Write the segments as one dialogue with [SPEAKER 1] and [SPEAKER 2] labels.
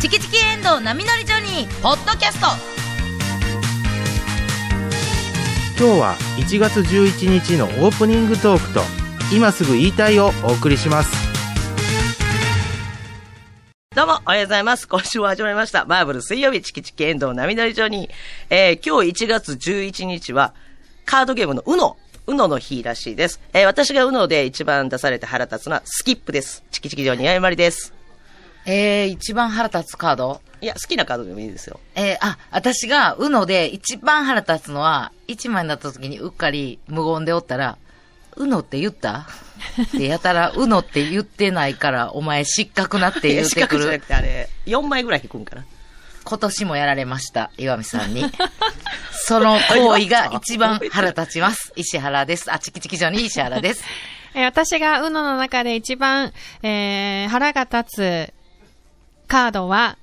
[SPEAKER 1] チキチキエンドウ波乗りジョニー」ポッドキャスト
[SPEAKER 2] 今日は1月11日のオープニングトークと今すぐ言いたいをお送りします
[SPEAKER 3] どうも、おはようございます。今週も始まりました。バーブル水曜日、チキチキエンドウ波乗り場に、えー、今日1月11日は、カードゲームの UNO、UNO の日らしいです。えー、私が UNO で一番出されて腹立つのは、スキップです。チキチキ場に謝りです。
[SPEAKER 1] えー、一番腹立つカード
[SPEAKER 3] いや、好きなカードでもいいですよ。
[SPEAKER 1] えー、あ、私が、うので一番腹立つのは、一枚になった時にうっかり無言でおったら、うのって言ったってやたら、うのって言ってないから、お前失格なって
[SPEAKER 3] い
[SPEAKER 1] 言
[SPEAKER 3] や
[SPEAKER 1] っ
[SPEAKER 3] 四
[SPEAKER 1] てく
[SPEAKER 3] 角じゃな
[SPEAKER 1] る。
[SPEAKER 3] くて、あれ、4枚ぐらい引くんかな。
[SPEAKER 1] 今年もやられました、岩見さんに。その行為が一番腹立ちます。石原です。あ、チキチキジョニー石原です。
[SPEAKER 4] えー私が UNO の中で一番、えー腹が立つカードは、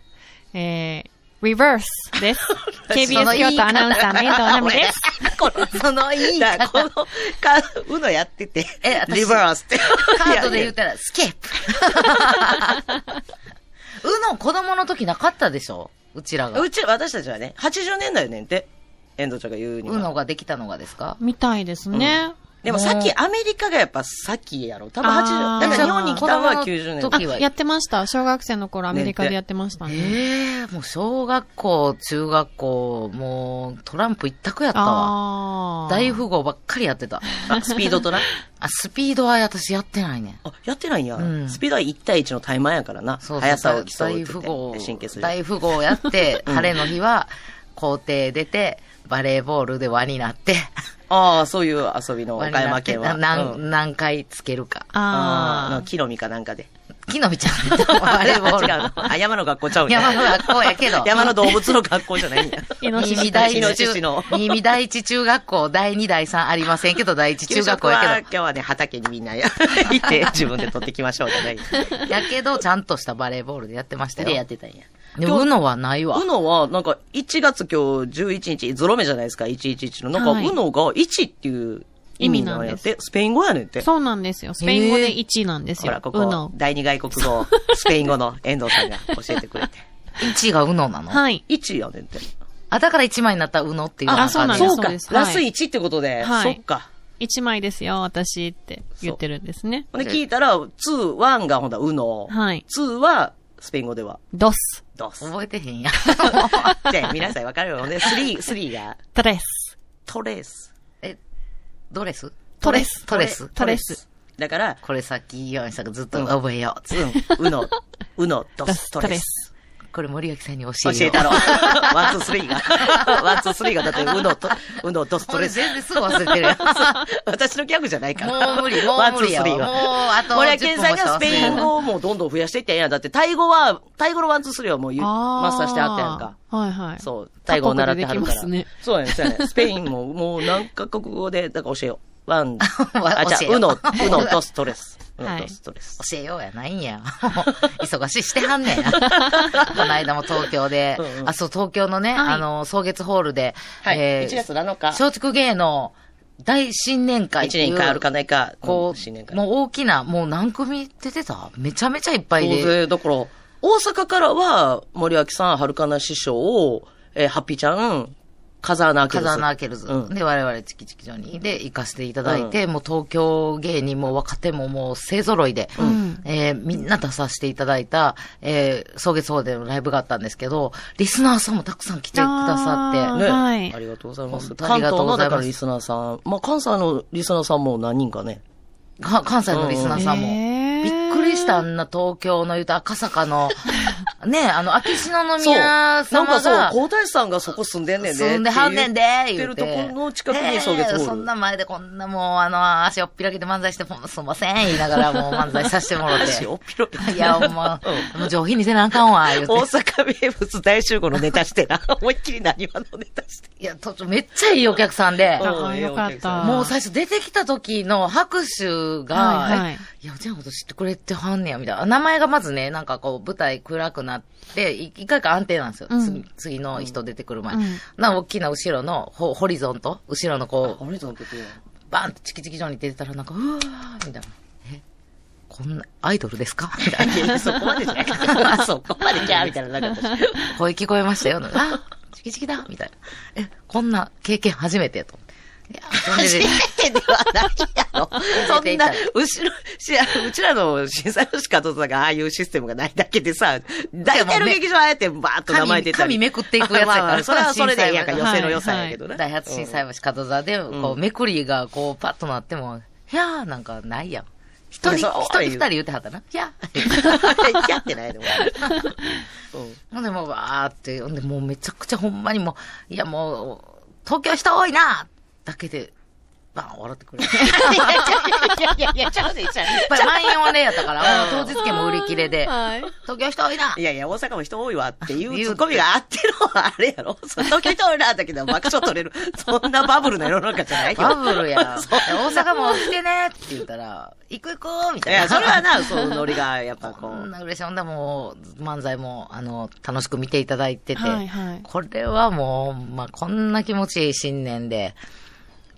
[SPEAKER 4] えー、リバース です。
[SPEAKER 1] その
[SPEAKER 4] KBS
[SPEAKER 1] 言
[SPEAKER 4] 京
[SPEAKER 1] い
[SPEAKER 4] 都
[SPEAKER 1] 方
[SPEAKER 4] アナウンサー、明道アナミ です。
[SPEAKER 3] この、
[SPEAKER 1] そのいい
[SPEAKER 3] だからこ
[SPEAKER 1] 方
[SPEAKER 3] のカード、UNO やってて、
[SPEAKER 1] え私
[SPEAKER 3] リバースって。
[SPEAKER 1] カードで言う
[SPEAKER 3] い
[SPEAKER 1] たら、スケープ。 うの子供の時なかったでしょうちら
[SPEAKER 3] やいや
[SPEAKER 1] が。
[SPEAKER 3] うち、私たちはね、80年代よねんって、遠藤ちゃんが言うには。
[SPEAKER 1] うのができたのがですか
[SPEAKER 4] みたいですね。
[SPEAKER 3] でもさっきアメリカがやっぱ先やろ。多分
[SPEAKER 4] あ
[SPEAKER 3] 80、
[SPEAKER 4] ー
[SPEAKER 3] だから日本に来たのは
[SPEAKER 1] 子供の
[SPEAKER 3] 90年
[SPEAKER 1] 時
[SPEAKER 4] あ、
[SPEAKER 1] 時は
[SPEAKER 4] やってました。小学生の頃アメリカでやってましたね。
[SPEAKER 1] ええもう小学校、中学校、もうトランプ一択やったわ。
[SPEAKER 4] ああ。
[SPEAKER 1] 大富豪ばっかりやってた。
[SPEAKER 3] あスピー ド とな。
[SPEAKER 1] あ、スピードは私やってないね。
[SPEAKER 3] あ、やってないんや。
[SPEAKER 1] うん
[SPEAKER 3] スピードは1対1の対マンやからな。
[SPEAKER 1] そうそう
[SPEAKER 3] 速さを競う
[SPEAKER 1] 大
[SPEAKER 3] って
[SPEAKER 1] 富豪
[SPEAKER 3] 言って。神経する。
[SPEAKER 1] 大富豪や って、晴れの日は校庭出て、バレーボールで輪になって、
[SPEAKER 3] ああ、そういう遊びの
[SPEAKER 1] 輪
[SPEAKER 3] 岡
[SPEAKER 1] にな
[SPEAKER 3] 山
[SPEAKER 1] って、
[SPEAKER 3] 県は。
[SPEAKER 1] な何、
[SPEAKER 3] うん
[SPEAKER 1] 何回つけるか。
[SPEAKER 3] あーあ
[SPEAKER 4] あ
[SPEAKER 3] の、木の実かなんかで。
[SPEAKER 1] 木の実ちゃんと バレーボール。
[SPEAKER 3] 違うの。あ、山の学校ちゃうんや。。
[SPEAKER 1] 山の学校やけど
[SPEAKER 3] 山の動物の学校じゃないんや。
[SPEAKER 4] あ。イノシ
[SPEAKER 1] 新
[SPEAKER 4] シ
[SPEAKER 1] 見第
[SPEAKER 3] イノ
[SPEAKER 1] 一
[SPEAKER 3] シ
[SPEAKER 1] 中
[SPEAKER 3] シの、
[SPEAKER 1] 新見第一中学校、第二、第三ありませんけど、第一 中学校
[SPEAKER 3] 給食は
[SPEAKER 1] や
[SPEAKER 3] 今日はね、畑にみん なや行って、自分で取ってきましょうじゃない。
[SPEAKER 1] けど。やけど、ちゃんとしたバレーボールでやってましたよ。
[SPEAKER 3] でやってたんや。
[SPEAKER 1] でも、うのはないわ
[SPEAKER 3] う。のは、なんか、1月今日11日、ゾロ目じゃないですか、111の。なんか、
[SPEAKER 4] はいう
[SPEAKER 3] のが1っていう意味なんやって。スペイン語やねんって。
[SPEAKER 4] そうなんですよ。スペイン語で1なんです
[SPEAKER 3] ほ
[SPEAKER 4] よ
[SPEAKER 3] ら、。こ
[SPEAKER 4] UNO
[SPEAKER 3] こ、。第二外国 語、スペイン語の遠藤さんが教えてくれて。
[SPEAKER 1] 1がうのなの。
[SPEAKER 4] はい。
[SPEAKER 3] 1やねんって。
[SPEAKER 1] あ、だから1枚になったうのっていうのが
[SPEAKER 4] あそうなんです
[SPEAKER 1] るよ
[SPEAKER 3] そう
[SPEAKER 4] そ
[SPEAKER 3] か
[SPEAKER 4] うです、はい
[SPEAKER 3] ラス1ってことで、
[SPEAKER 4] はい
[SPEAKER 3] そっか。
[SPEAKER 4] 1枚ですよ、私って言ってるんですね。
[SPEAKER 3] ほんで、聞いたら、2、1がほんだ、うの。
[SPEAKER 4] はい。
[SPEAKER 3] 2は、スペイン語では、
[SPEAKER 4] ドス、
[SPEAKER 3] ドス。
[SPEAKER 1] 覚えてへんや。
[SPEAKER 3] で、皆さんわかるよね。3、3が、
[SPEAKER 4] トレス、
[SPEAKER 3] トレス。
[SPEAKER 1] え、ドレス
[SPEAKER 4] トレス
[SPEAKER 1] トレス。
[SPEAKER 4] トレス。
[SPEAKER 3] だから、
[SPEAKER 1] これさっき、岩見さんがずっと覚えよう。
[SPEAKER 3] うん、う の、うの、ド
[SPEAKER 4] ド
[SPEAKER 3] ス、
[SPEAKER 4] ス、
[SPEAKER 3] ト
[SPEAKER 4] ト
[SPEAKER 3] レ
[SPEAKER 4] レ
[SPEAKER 3] ス。
[SPEAKER 4] ス。
[SPEAKER 1] これ森脇さんに教え
[SPEAKER 3] 教
[SPEAKER 1] よう。
[SPEAKER 3] えたろ。 ワン、ツー、スリーが。 ワン、ツー、スリーが、だって、うのと、うのとスト
[SPEAKER 1] こ
[SPEAKER 3] レ
[SPEAKER 1] れ
[SPEAKER 3] ス。
[SPEAKER 1] 全然すぐ忘れてるやん。
[SPEAKER 3] 私のギャグじゃないから。
[SPEAKER 1] もう無理もう
[SPEAKER 3] ワン、ツ
[SPEAKER 1] 無
[SPEAKER 3] ー、
[SPEAKER 1] 理
[SPEAKER 3] ス
[SPEAKER 1] やわ
[SPEAKER 3] リー
[SPEAKER 1] もう
[SPEAKER 3] は。
[SPEAKER 1] あと
[SPEAKER 3] 森脇健さ
[SPEAKER 1] 10
[SPEAKER 3] ん
[SPEAKER 1] 分
[SPEAKER 3] がスペイン語をもうどんどん増やしていったんやん。だって、タイ語は、タイ語のワン、ツー、スリーはもうゆマスターしてあったやんか。
[SPEAKER 4] あー。はいはい。
[SPEAKER 3] そう。タイ語を習ってはるか
[SPEAKER 4] 他
[SPEAKER 3] ら。
[SPEAKER 4] 国でできますね
[SPEAKER 3] そうやねそうやね。スペインも、もう何カ国語で、だから教えよう。ワン、あ、じゃ
[SPEAKER 1] 教え
[SPEAKER 3] あ、
[SPEAKER 1] よう
[SPEAKER 3] うの、うのとストレス。う
[SPEAKER 4] は
[SPEAKER 3] の
[SPEAKER 4] い
[SPEAKER 3] とストレス。
[SPEAKER 1] 教えようやないんや。 忙しいしてはんねん。こ の間も東京で、
[SPEAKER 3] うんうん
[SPEAKER 1] あ、そう、東京のね、
[SPEAKER 4] はい
[SPEAKER 1] あの、草月ホールで、
[SPEAKER 3] はい。
[SPEAKER 1] え
[SPEAKER 3] 1
[SPEAKER 1] ー
[SPEAKER 3] 月7日。
[SPEAKER 1] 松竹芸能大新年会
[SPEAKER 3] 1
[SPEAKER 1] っていう。
[SPEAKER 3] 年会あるかないか。
[SPEAKER 1] こ
[SPEAKER 3] ん新年
[SPEAKER 1] う、
[SPEAKER 3] 会。
[SPEAKER 1] もう大きな、もう何組出てためちゃめちゃいっぱい
[SPEAKER 3] 当
[SPEAKER 1] で。
[SPEAKER 3] 然、だから、大阪からは、森脇さん、はるかな師匠、えーハッピーちゃん、風穴明け
[SPEAKER 1] カ
[SPEAKER 3] です。
[SPEAKER 1] ザナーケルズ。
[SPEAKER 3] うん
[SPEAKER 1] で、我々チキチキジョニーで行かせていただいて、もう東京芸人も若手ももう勢揃いで、
[SPEAKER 4] ん
[SPEAKER 1] えーみんな出させていただいた、えー、草月ホールでのライブがあったんですけど、リスナーさんもたくさん来てくださって
[SPEAKER 4] あ、
[SPEAKER 3] ね、
[SPEAKER 4] はい
[SPEAKER 3] ありがとうございます。
[SPEAKER 1] 本当あ
[SPEAKER 3] 関
[SPEAKER 1] りが
[SPEAKER 3] 東
[SPEAKER 1] とうご
[SPEAKER 3] の、
[SPEAKER 1] ざいます
[SPEAKER 3] だからリスナーさん。まあ、関西のリスナーさんも何人かね。
[SPEAKER 1] か関西のリスナーさんも。
[SPEAKER 4] へー
[SPEAKER 1] びっくりした、あんな東京の言うと赤坂の、 ねえ、あの、秋篠宮
[SPEAKER 3] なん
[SPEAKER 1] 様
[SPEAKER 3] かそう、
[SPEAKER 1] が、
[SPEAKER 3] 皇太子さんがそこ住んでんねんで。
[SPEAKER 1] 住んではんねんで、
[SPEAKER 3] 言
[SPEAKER 1] 言
[SPEAKER 3] う
[SPEAKER 1] う
[SPEAKER 3] て。
[SPEAKER 1] て。
[SPEAKER 3] 言ってるとこの近くに草
[SPEAKER 1] へ
[SPEAKER 3] 月
[SPEAKER 1] え
[SPEAKER 3] ホ
[SPEAKER 1] そ
[SPEAKER 3] ー
[SPEAKER 1] ん
[SPEAKER 3] ル。
[SPEAKER 1] な前でこんなもう、あの、足をっぴらけて漫才して、ほんますんません、言いながらもう漫才させてもろ
[SPEAKER 3] 足
[SPEAKER 1] て。
[SPEAKER 3] をピロピロ
[SPEAKER 1] いや、もう、もう上品にせなあかんわ、言う
[SPEAKER 3] 大
[SPEAKER 1] て。
[SPEAKER 3] 阪名物大集合のネタしてな。 思いっきり何話のネタして。
[SPEAKER 1] いや、とめっちゃいいお客さんで。
[SPEAKER 4] あーよかった。
[SPEAKER 1] もう最初出てきた時の拍手が、
[SPEAKER 4] はいはい
[SPEAKER 1] えいや、うちのこと知ってくれてはんねや、みたいな。名前がまずね、なんかこう、舞台暗くなって、い一回か安定なんですよ。
[SPEAKER 4] うん
[SPEAKER 1] 次次の人出てくる前。
[SPEAKER 4] うん
[SPEAKER 1] な、大きな後ろのホ、ホリゾンと、後ろのこう、
[SPEAKER 3] 俺との曲や。
[SPEAKER 1] バーンってチキチキ状に出てたら、なんか、うわーみたいな。えこんな、アイドルですかみたいな。
[SPEAKER 3] いやそこまでじゃな いそこまでじゃあみたいな、なんか私。
[SPEAKER 1] 声聞こえましたよ。あ、チキチキだみたいな。え、こんな経験初めてと。いや、
[SPEAKER 3] 初めてではないやろ。そんな、後ろ、しうちらの審査の仕方とかがああいうシステムがないだけでさ、大体の劇場ああやってバーッと名前出たり
[SPEAKER 1] 紙紙めくっていくやつやから
[SPEAKER 3] まあまあそれはそれで、やんか
[SPEAKER 1] はい
[SPEAKER 3] 寄せの良さやけどね。
[SPEAKER 1] 大発震災橋角座で、こ
[SPEAKER 3] う
[SPEAKER 1] う、
[SPEAKER 3] ん
[SPEAKER 1] めくりがこう、パッとなっても、ひゃーなんかないやん。一人、
[SPEAKER 3] いや
[SPEAKER 1] 一
[SPEAKER 3] そう
[SPEAKER 1] 人二人言ってはったな。ひゃー。
[SPEAKER 3] や ってないのうん
[SPEAKER 1] ほんでもう、わーって、ほんでもうめちゃくちゃほんまにもう、いやもう、東京人多いなだけで、バン笑ってくれる。いっ
[SPEAKER 3] いやいや、ちょっといちゃ
[SPEAKER 1] ぱい満員御礼やったから、もう当日券も売り切れで、
[SPEAKER 4] はい。
[SPEAKER 1] 東京人多いない
[SPEAKER 3] やいや、大阪も人多いわっていう
[SPEAKER 1] 言う
[SPEAKER 3] ツッコミがあってのはあれやろ。 その時通りなんだけど爆笑取れる。そんなバブルな世の中じゃないよ
[SPEAKER 1] バブルやな。
[SPEAKER 3] そう
[SPEAKER 1] 大阪も来てねって言ったら、行く行こうみた
[SPEAKER 3] い
[SPEAKER 1] いな。
[SPEAKER 3] や、それはな、そのノリがやっぱこ
[SPEAKER 1] こ
[SPEAKER 3] う。
[SPEAKER 1] んな嬉しい。ほんだらもう、漫才も、あの、楽しく見ていただいてて、
[SPEAKER 4] はいはい
[SPEAKER 1] これはもう、まあ、こんな気持ちいい新年で、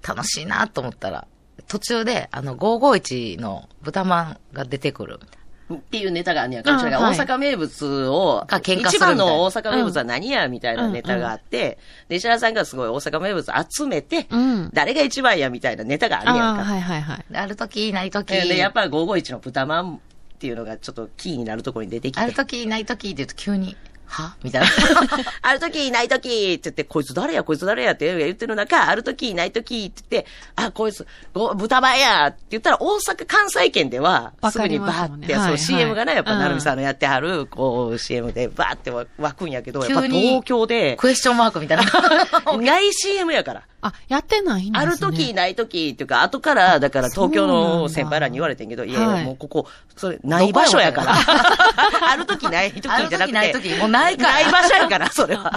[SPEAKER 1] 楽しいなと思ったら、途中で、あの、551の豚まんが出てくるみたい
[SPEAKER 3] っていうネタがあんねやから、
[SPEAKER 4] うん
[SPEAKER 3] それが
[SPEAKER 4] はい
[SPEAKER 3] 大阪名物を、
[SPEAKER 1] あ喧嘩するみ
[SPEAKER 3] 一
[SPEAKER 1] たいな
[SPEAKER 3] 番の大阪名物は何やみたいなネタがあって、で、石原さんがすごい大阪名物集めて、
[SPEAKER 4] うん
[SPEAKER 3] 誰が一番やみたいなネタがあんねや
[SPEAKER 4] あ
[SPEAKER 3] ん
[SPEAKER 4] あ、
[SPEAKER 3] か。
[SPEAKER 4] はいはいはい。
[SPEAKER 1] な。である時、ない時、
[SPEAKER 3] で、やっぱ551の豚まんっていうのがちょっとキーになるところに出てきて。
[SPEAKER 1] ある時、ない時って言うと急に、はみたいな。
[SPEAKER 3] ある時、ない時って言って、こいつ誰や、こいつ誰やって言ってる中、ある時、ない時って言って、あ、こいつ、ご豚まんやって言ったら、大阪、関西圏では、
[SPEAKER 4] わ
[SPEAKER 3] すぐ
[SPEAKER 4] か
[SPEAKER 3] に
[SPEAKER 4] り
[SPEAKER 3] バ
[SPEAKER 4] ます
[SPEAKER 3] ー
[SPEAKER 4] も
[SPEAKER 3] っ
[SPEAKER 4] ん
[SPEAKER 3] て、
[SPEAKER 4] ね
[SPEAKER 3] そ
[SPEAKER 4] は
[SPEAKER 3] の
[SPEAKER 4] い
[SPEAKER 3] CM がね、やっ
[SPEAKER 4] う
[SPEAKER 3] ぱ、
[SPEAKER 4] ん
[SPEAKER 3] なるみさんのやってはる、こう、CM でバーって湧くんやけど、やっぱ
[SPEAKER 1] 急に
[SPEAKER 3] 東京 で、
[SPEAKER 1] クエスチョンマークみたいな。
[SPEAKER 3] ない CM やから。
[SPEAKER 4] あ、やってないんです
[SPEAKER 3] あ
[SPEAKER 4] ね。
[SPEAKER 3] る時、ない時っていうか、後から、だから東京
[SPEAKER 4] そうなん
[SPEAKER 3] の
[SPEAKER 4] だ
[SPEAKER 3] 先輩らに言われてんけど、い
[SPEAKER 4] は
[SPEAKER 3] や
[SPEAKER 4] い
[SPEAKER 3] もうここ、それ、ない場所やから。 ある時、ない時じゃなくて。
[SPEAKER 1] ある時ない時もうないから
[SPEAKER 3] ない場所やから、それは。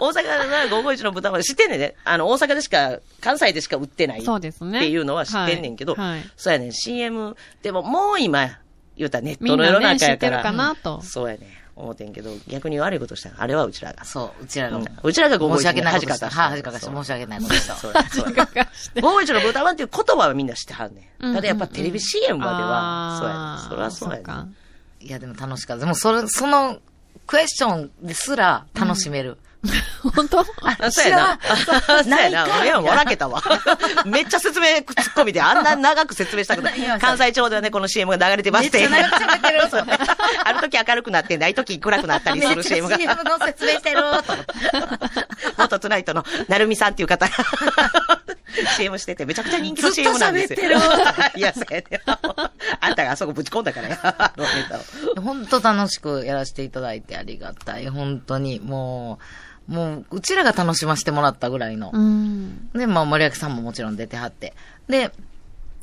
[SPEAKER 3] 大阪の551の豚まん知ってんねんね。あの、大阪でしか、関西でしか売ってない。
[SPEAKER 4] そうですね
[SPEAKER 3] っていうのは知ってんねんけど、
[SPEAKER 4] はいはい
[SPEAKER 3] そうやねん、CM。でも、もう今、言うたらネッ
[SPEAKER 4] み
[SPEAKER 3] ト
[SPEAKER 4] ん
[SPEAKER 3] の
[SPEAKER 4] な
[SPEAKER 3] 世
[SPEAKER 4] ね
[SPEAKER 3] の中やから。
[SPEAKER 4] 知ってるかなと
[SPEAKER 3] うんそうやねん。思ってんけど、逆に悪いことしたら、あれはうちらが。
[SPEAKER 1] そう、うちらが、
[SPEAKER 3] うんうちらが551
[SPEAKER 1] 申し訳ないことした。
[SPEAKER 3] 恥
[SPEAKER 1] はい、恥
[SPEAKER 3] か
[SPEAKER 1] か
[SPEAKER 3] か
[SPEAKER 1] か
[SPEAKER 3] し
[SPEAKER 1] したた。申し訳ないことした。
[SPEAKER 3] そうやそうや551の 豚まんっていう言葉はみんな知ってはんね
[SPEAKER 4] うん
[SPEAKER 3] ん。ただやっぱテレビ CM までは、そうや
[SPEAKER 4] あ
[SPEAKER 3] ね
[SPEAKER 4] ー
[SPEAKER 3] ん。それはそうやねん。
[SPEAKER 4] か
[SPEAKER 1] いや、でも楽しかった。でも、それ、その、クエスチョンですら楽しめる。
[SPEAKER 4] 本当
[SPEAKER 3] あそうやな。
[SPEAKER 1] 知
[SPEAKER 3] そう
[SPEAKER 1] ら
[SPEAKER 3] や
[SPEAKER 1] んない
[SPEAKER 3] な。いや、笑けたわ。 めっちゃ説明、ツッコミであんな長く説明したくない
[SPEAKER 1] いや。
[SPEAKER 3] 関西地方ではね、この CM が流れてますって。
[SPEAKER 1] めっちゃ長く喋ってる
[SPEAKER 3] そう ある時明るくなって、ない時暗くなった りする CM が。
[SPEAKER 1] CM の説明してると思って。
[SPEAKER 3] 元トゥナイトの、なるみさんっていう方が CM してて、めちゃくちゃ人気の
[SPEAKER 1] ずっと
[SPEAKER 3] CM なんですよ。
[SPEAKER 1] 喋
[SPEAKER 3] てる いや、そうやねあんたがあそこぶち込んだからや。あのネタ を
[SPEAKER 1] 本当楽しくやらせていただいてありがたい。本当に。もう、もう、うちらが楽しませてもらったぐらいの。
[SPEAKER 4] うん。
[SPEAKER 1] で、まあ、森脇さんももちろん出てはって。で、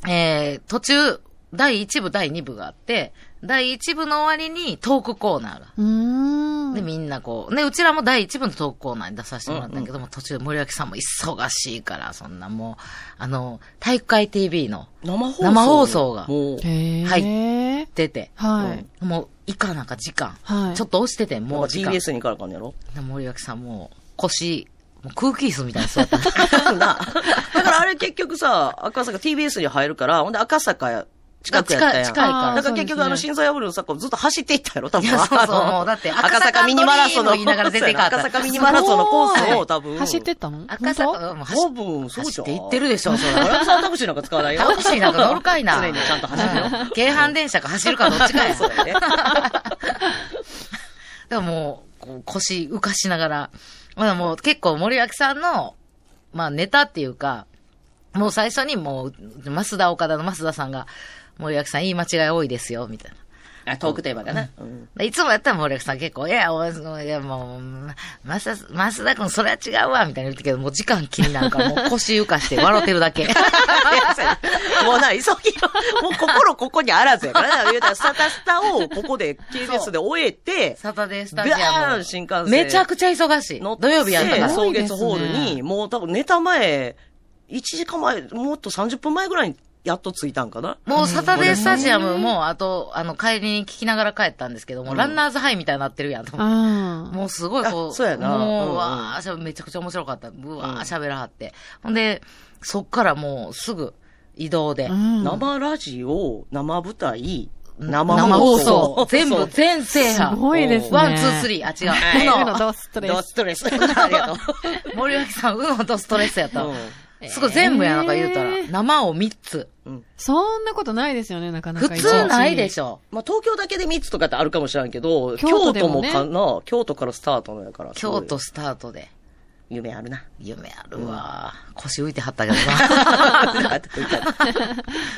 [SPEAKER 1] えー、途中、第1部、第2部があって、第1部の終わりにトークコーナーが。
[SPEAKER 4] うーん。
[SPEAKER 1] で、みんなこう、ね、うちらも第一部の投稿内に出させてもらったけども、途中で森脇さんも忙しいから、そんなもう、あの、体育会 TV の
[SPEAKER 3] 生
[SPEAKER 1] 放送生放送が
[SPEAKER 3] もう、
[SPEAKER 4] へ
[SPEAKER 1] はい
[SPEAKER 4] ー
[SPEAKER 1] 出 て、
[SPEAKER 4] はい。
[SPEAKER 1] もう、以下なんか時間、
[SPEAKER 4] はい
[SPEAKER 1] ちょっと押してて、
[SPEAKER 3] も
[SPEAKER 1] も
[SPEAKER 3] う
[SPEAKER 1] う時間。
[SPEAKER 3] TBS にからかんねやろ
[SPEAKER 1] 森脇さんもう、腰、もう空気椅子みたいに 座ってた。
[SPEAKER 3] なあだからあれ結局さ、赤坂 TBS に入るから、ほんで赤坂近くやった
[SPEAKER 1] 近
[SPEAKER 3] やん。
[SPEAKER 1] い近いから
[SPEAKER 3] だから結
[SPEAKER 4] そうです
[SPEAKER 3] 局
[SPEAKER 4] ね
[SPEAKER 3] あの心臓破るのさ、こうずっと走っていったやろ、多分。
[SPEAKER 1] いやそうそう
[SPEAKER 3] あの
[SPEAKER 1] もうだって
[SPEAKER 3] 赤坂ミニマラソンの
[SPEAKER 1] 赤坂ドリーム言いながら出てかった
[SPEAKER 3] 赤坂ミニマラソンのコースを多分。
[SPEAKER 4] 走ってったの
[SPEAKER 1] 赤
[SPEAKER 4] 本
[SPEAKER 1] 坂、もう走
[SPEAKER 3] 多
[SPEAKER 1] っ
[SPEAKER 3] 分、そう
[SPEAKER 1] 走
[SPEAKER 3] じ
[SPEAKER 1] っ
[SPEAKER 3] ゃん。
[SPEAKER 1] て行ってるでしょ、それ。
[SPEAKER 3] 赤坂タクシーなんか使わないよ。
[SPEAKER 1] タクシーなんか乗るかいな。
[SPEAKER 3] 常に ちゃんと走 るよ。
[SPEAKER 1] うん京阪電車か走るかどっちかや。
[SPEAKER 3] そう だよね。
[SPEAKER 1] でももう、こう腰浮かしながら、まだもう結構森脇さんの、まあネタっていうか、もう最初にもう、増田岡田の増田さんが、森脇さん言い間違い多いですよ、みたいな。
[SPEAKER 3] あトークテーマがな。うん
[SPEAKER 1] でいつもやったら森脇さん結構、いや、おいいやもう、増田、増田君それは違うわ、みたいな言ってけど、もう時間気になんからもう腰浮かして笑ってるだけ。
[SPEAKER 3] もうな、急ぎの、もう心ここにあらずやから、だから言うたら、スタタスタをここで KBS で終えて、
[SPEAKER 1] サタデース
[SPEAKER 3] ビ
[SPEAKER 1] タ
[SPEAKER 3] ャ
[SPEAKER 1] ジア
[SPEAKER 3] ー
[SPEAKER 1] ム
[SPEAKER 3] ン。新幹線。
[SPEAKER 1] めちゃくちゃ忙しい。
[SPEAKER 3] 乗って
[SPEAKER 1] 土曜日やったから。
[SPEAKER 4] そう
[SPEAKER 3] 草月ホール
[SPEAKER 4] 多いです
[SPEAKER 3] に、
[SPEAKER 4] ね
[SPEAKER 3] もう多分寝た前、1時間前、もっと30分前ぐらいにやっと着いたんかな。
[SPEAKER 1] もうサタデースタジアムも、あと、あの、帰りに聞きながら帰ったんですけども、ランナーズハイみたいになってるやんと
[SPEAKER 4] 当
[SPEAKER 1] 思って。
[SPEAKER 4] ああ。
[SPEAKER 1] もうすごいこう、
[SPEAKER 3] あそうや
[SPEAKER 1] も
[SPEAKER 3] な
[SPEAKER 1] う、
[SPEAKER 3] うんうん
[SPEAKER 1] わーしゃべ、めちゃくちゃ面白かった。うわーしゃべらはって。ほんで、そっからもうすぐ移動で。
[SPEAKER 4] うん
[SPEAKER 3] 生ラジオ、生舞台、生
[SPEAKER 1] 生
[SPEAKER 3] 放
[SPEAKER 1] 放
[SPEAKER 3] 送
[SPEAKER 1] 送。全部、全制覇。
[SPEAKER 4] すごいですね
[SPEAKER 1] ワン、ツー、スリー。あ、違。
[SPEAKER 3] はいう
[SPEAKER 1] うの。
[SPEAKER 4] ドストレ
[SPEAKER 3] ド
[SPEAKER 4] ス。
[SPEAKER 3] ストレス。ありがとう。
[SPEAKER 1] 森脇さん、うのとストレスやったわ
[SPEAKER 3] うん。
[SPEAKER 1] すごい、全部やなんか言うた
[SPEAKER 4] え
[SPEAKER 1] ら。
[SPEAKER 4] ー
[SPEAKER 1] 生を3つ。
[SPEAKER 4] そんなことないですよね、なかな
[SPEAKER 1] 普
[SPEAKER 4] か。
[SPEAKER 1] 通ないで
[SPEAKER 4] ょ。
[SPEAKER 1] しょ。
[SPEAKER 3] まあ、東京だけで3つとかってあるかもしれんけど、京
[SPEAKER 4] 京都
[SPEAKER 3] 都
[SPEAKER 4] でも
[SPEAKER 3] も
[SPEAKER 4] ね
[SPEAKER 3] かな、京都からスタートのやから。
[SPEAKER 1] 京都
[SPEAKER 3] す
[SPEAKER 1] スタートで。
[SPEAKER 3] ごい夢あるな。
[SPEAKER 1] 夢あるわ。腰浮いてはったけ どな。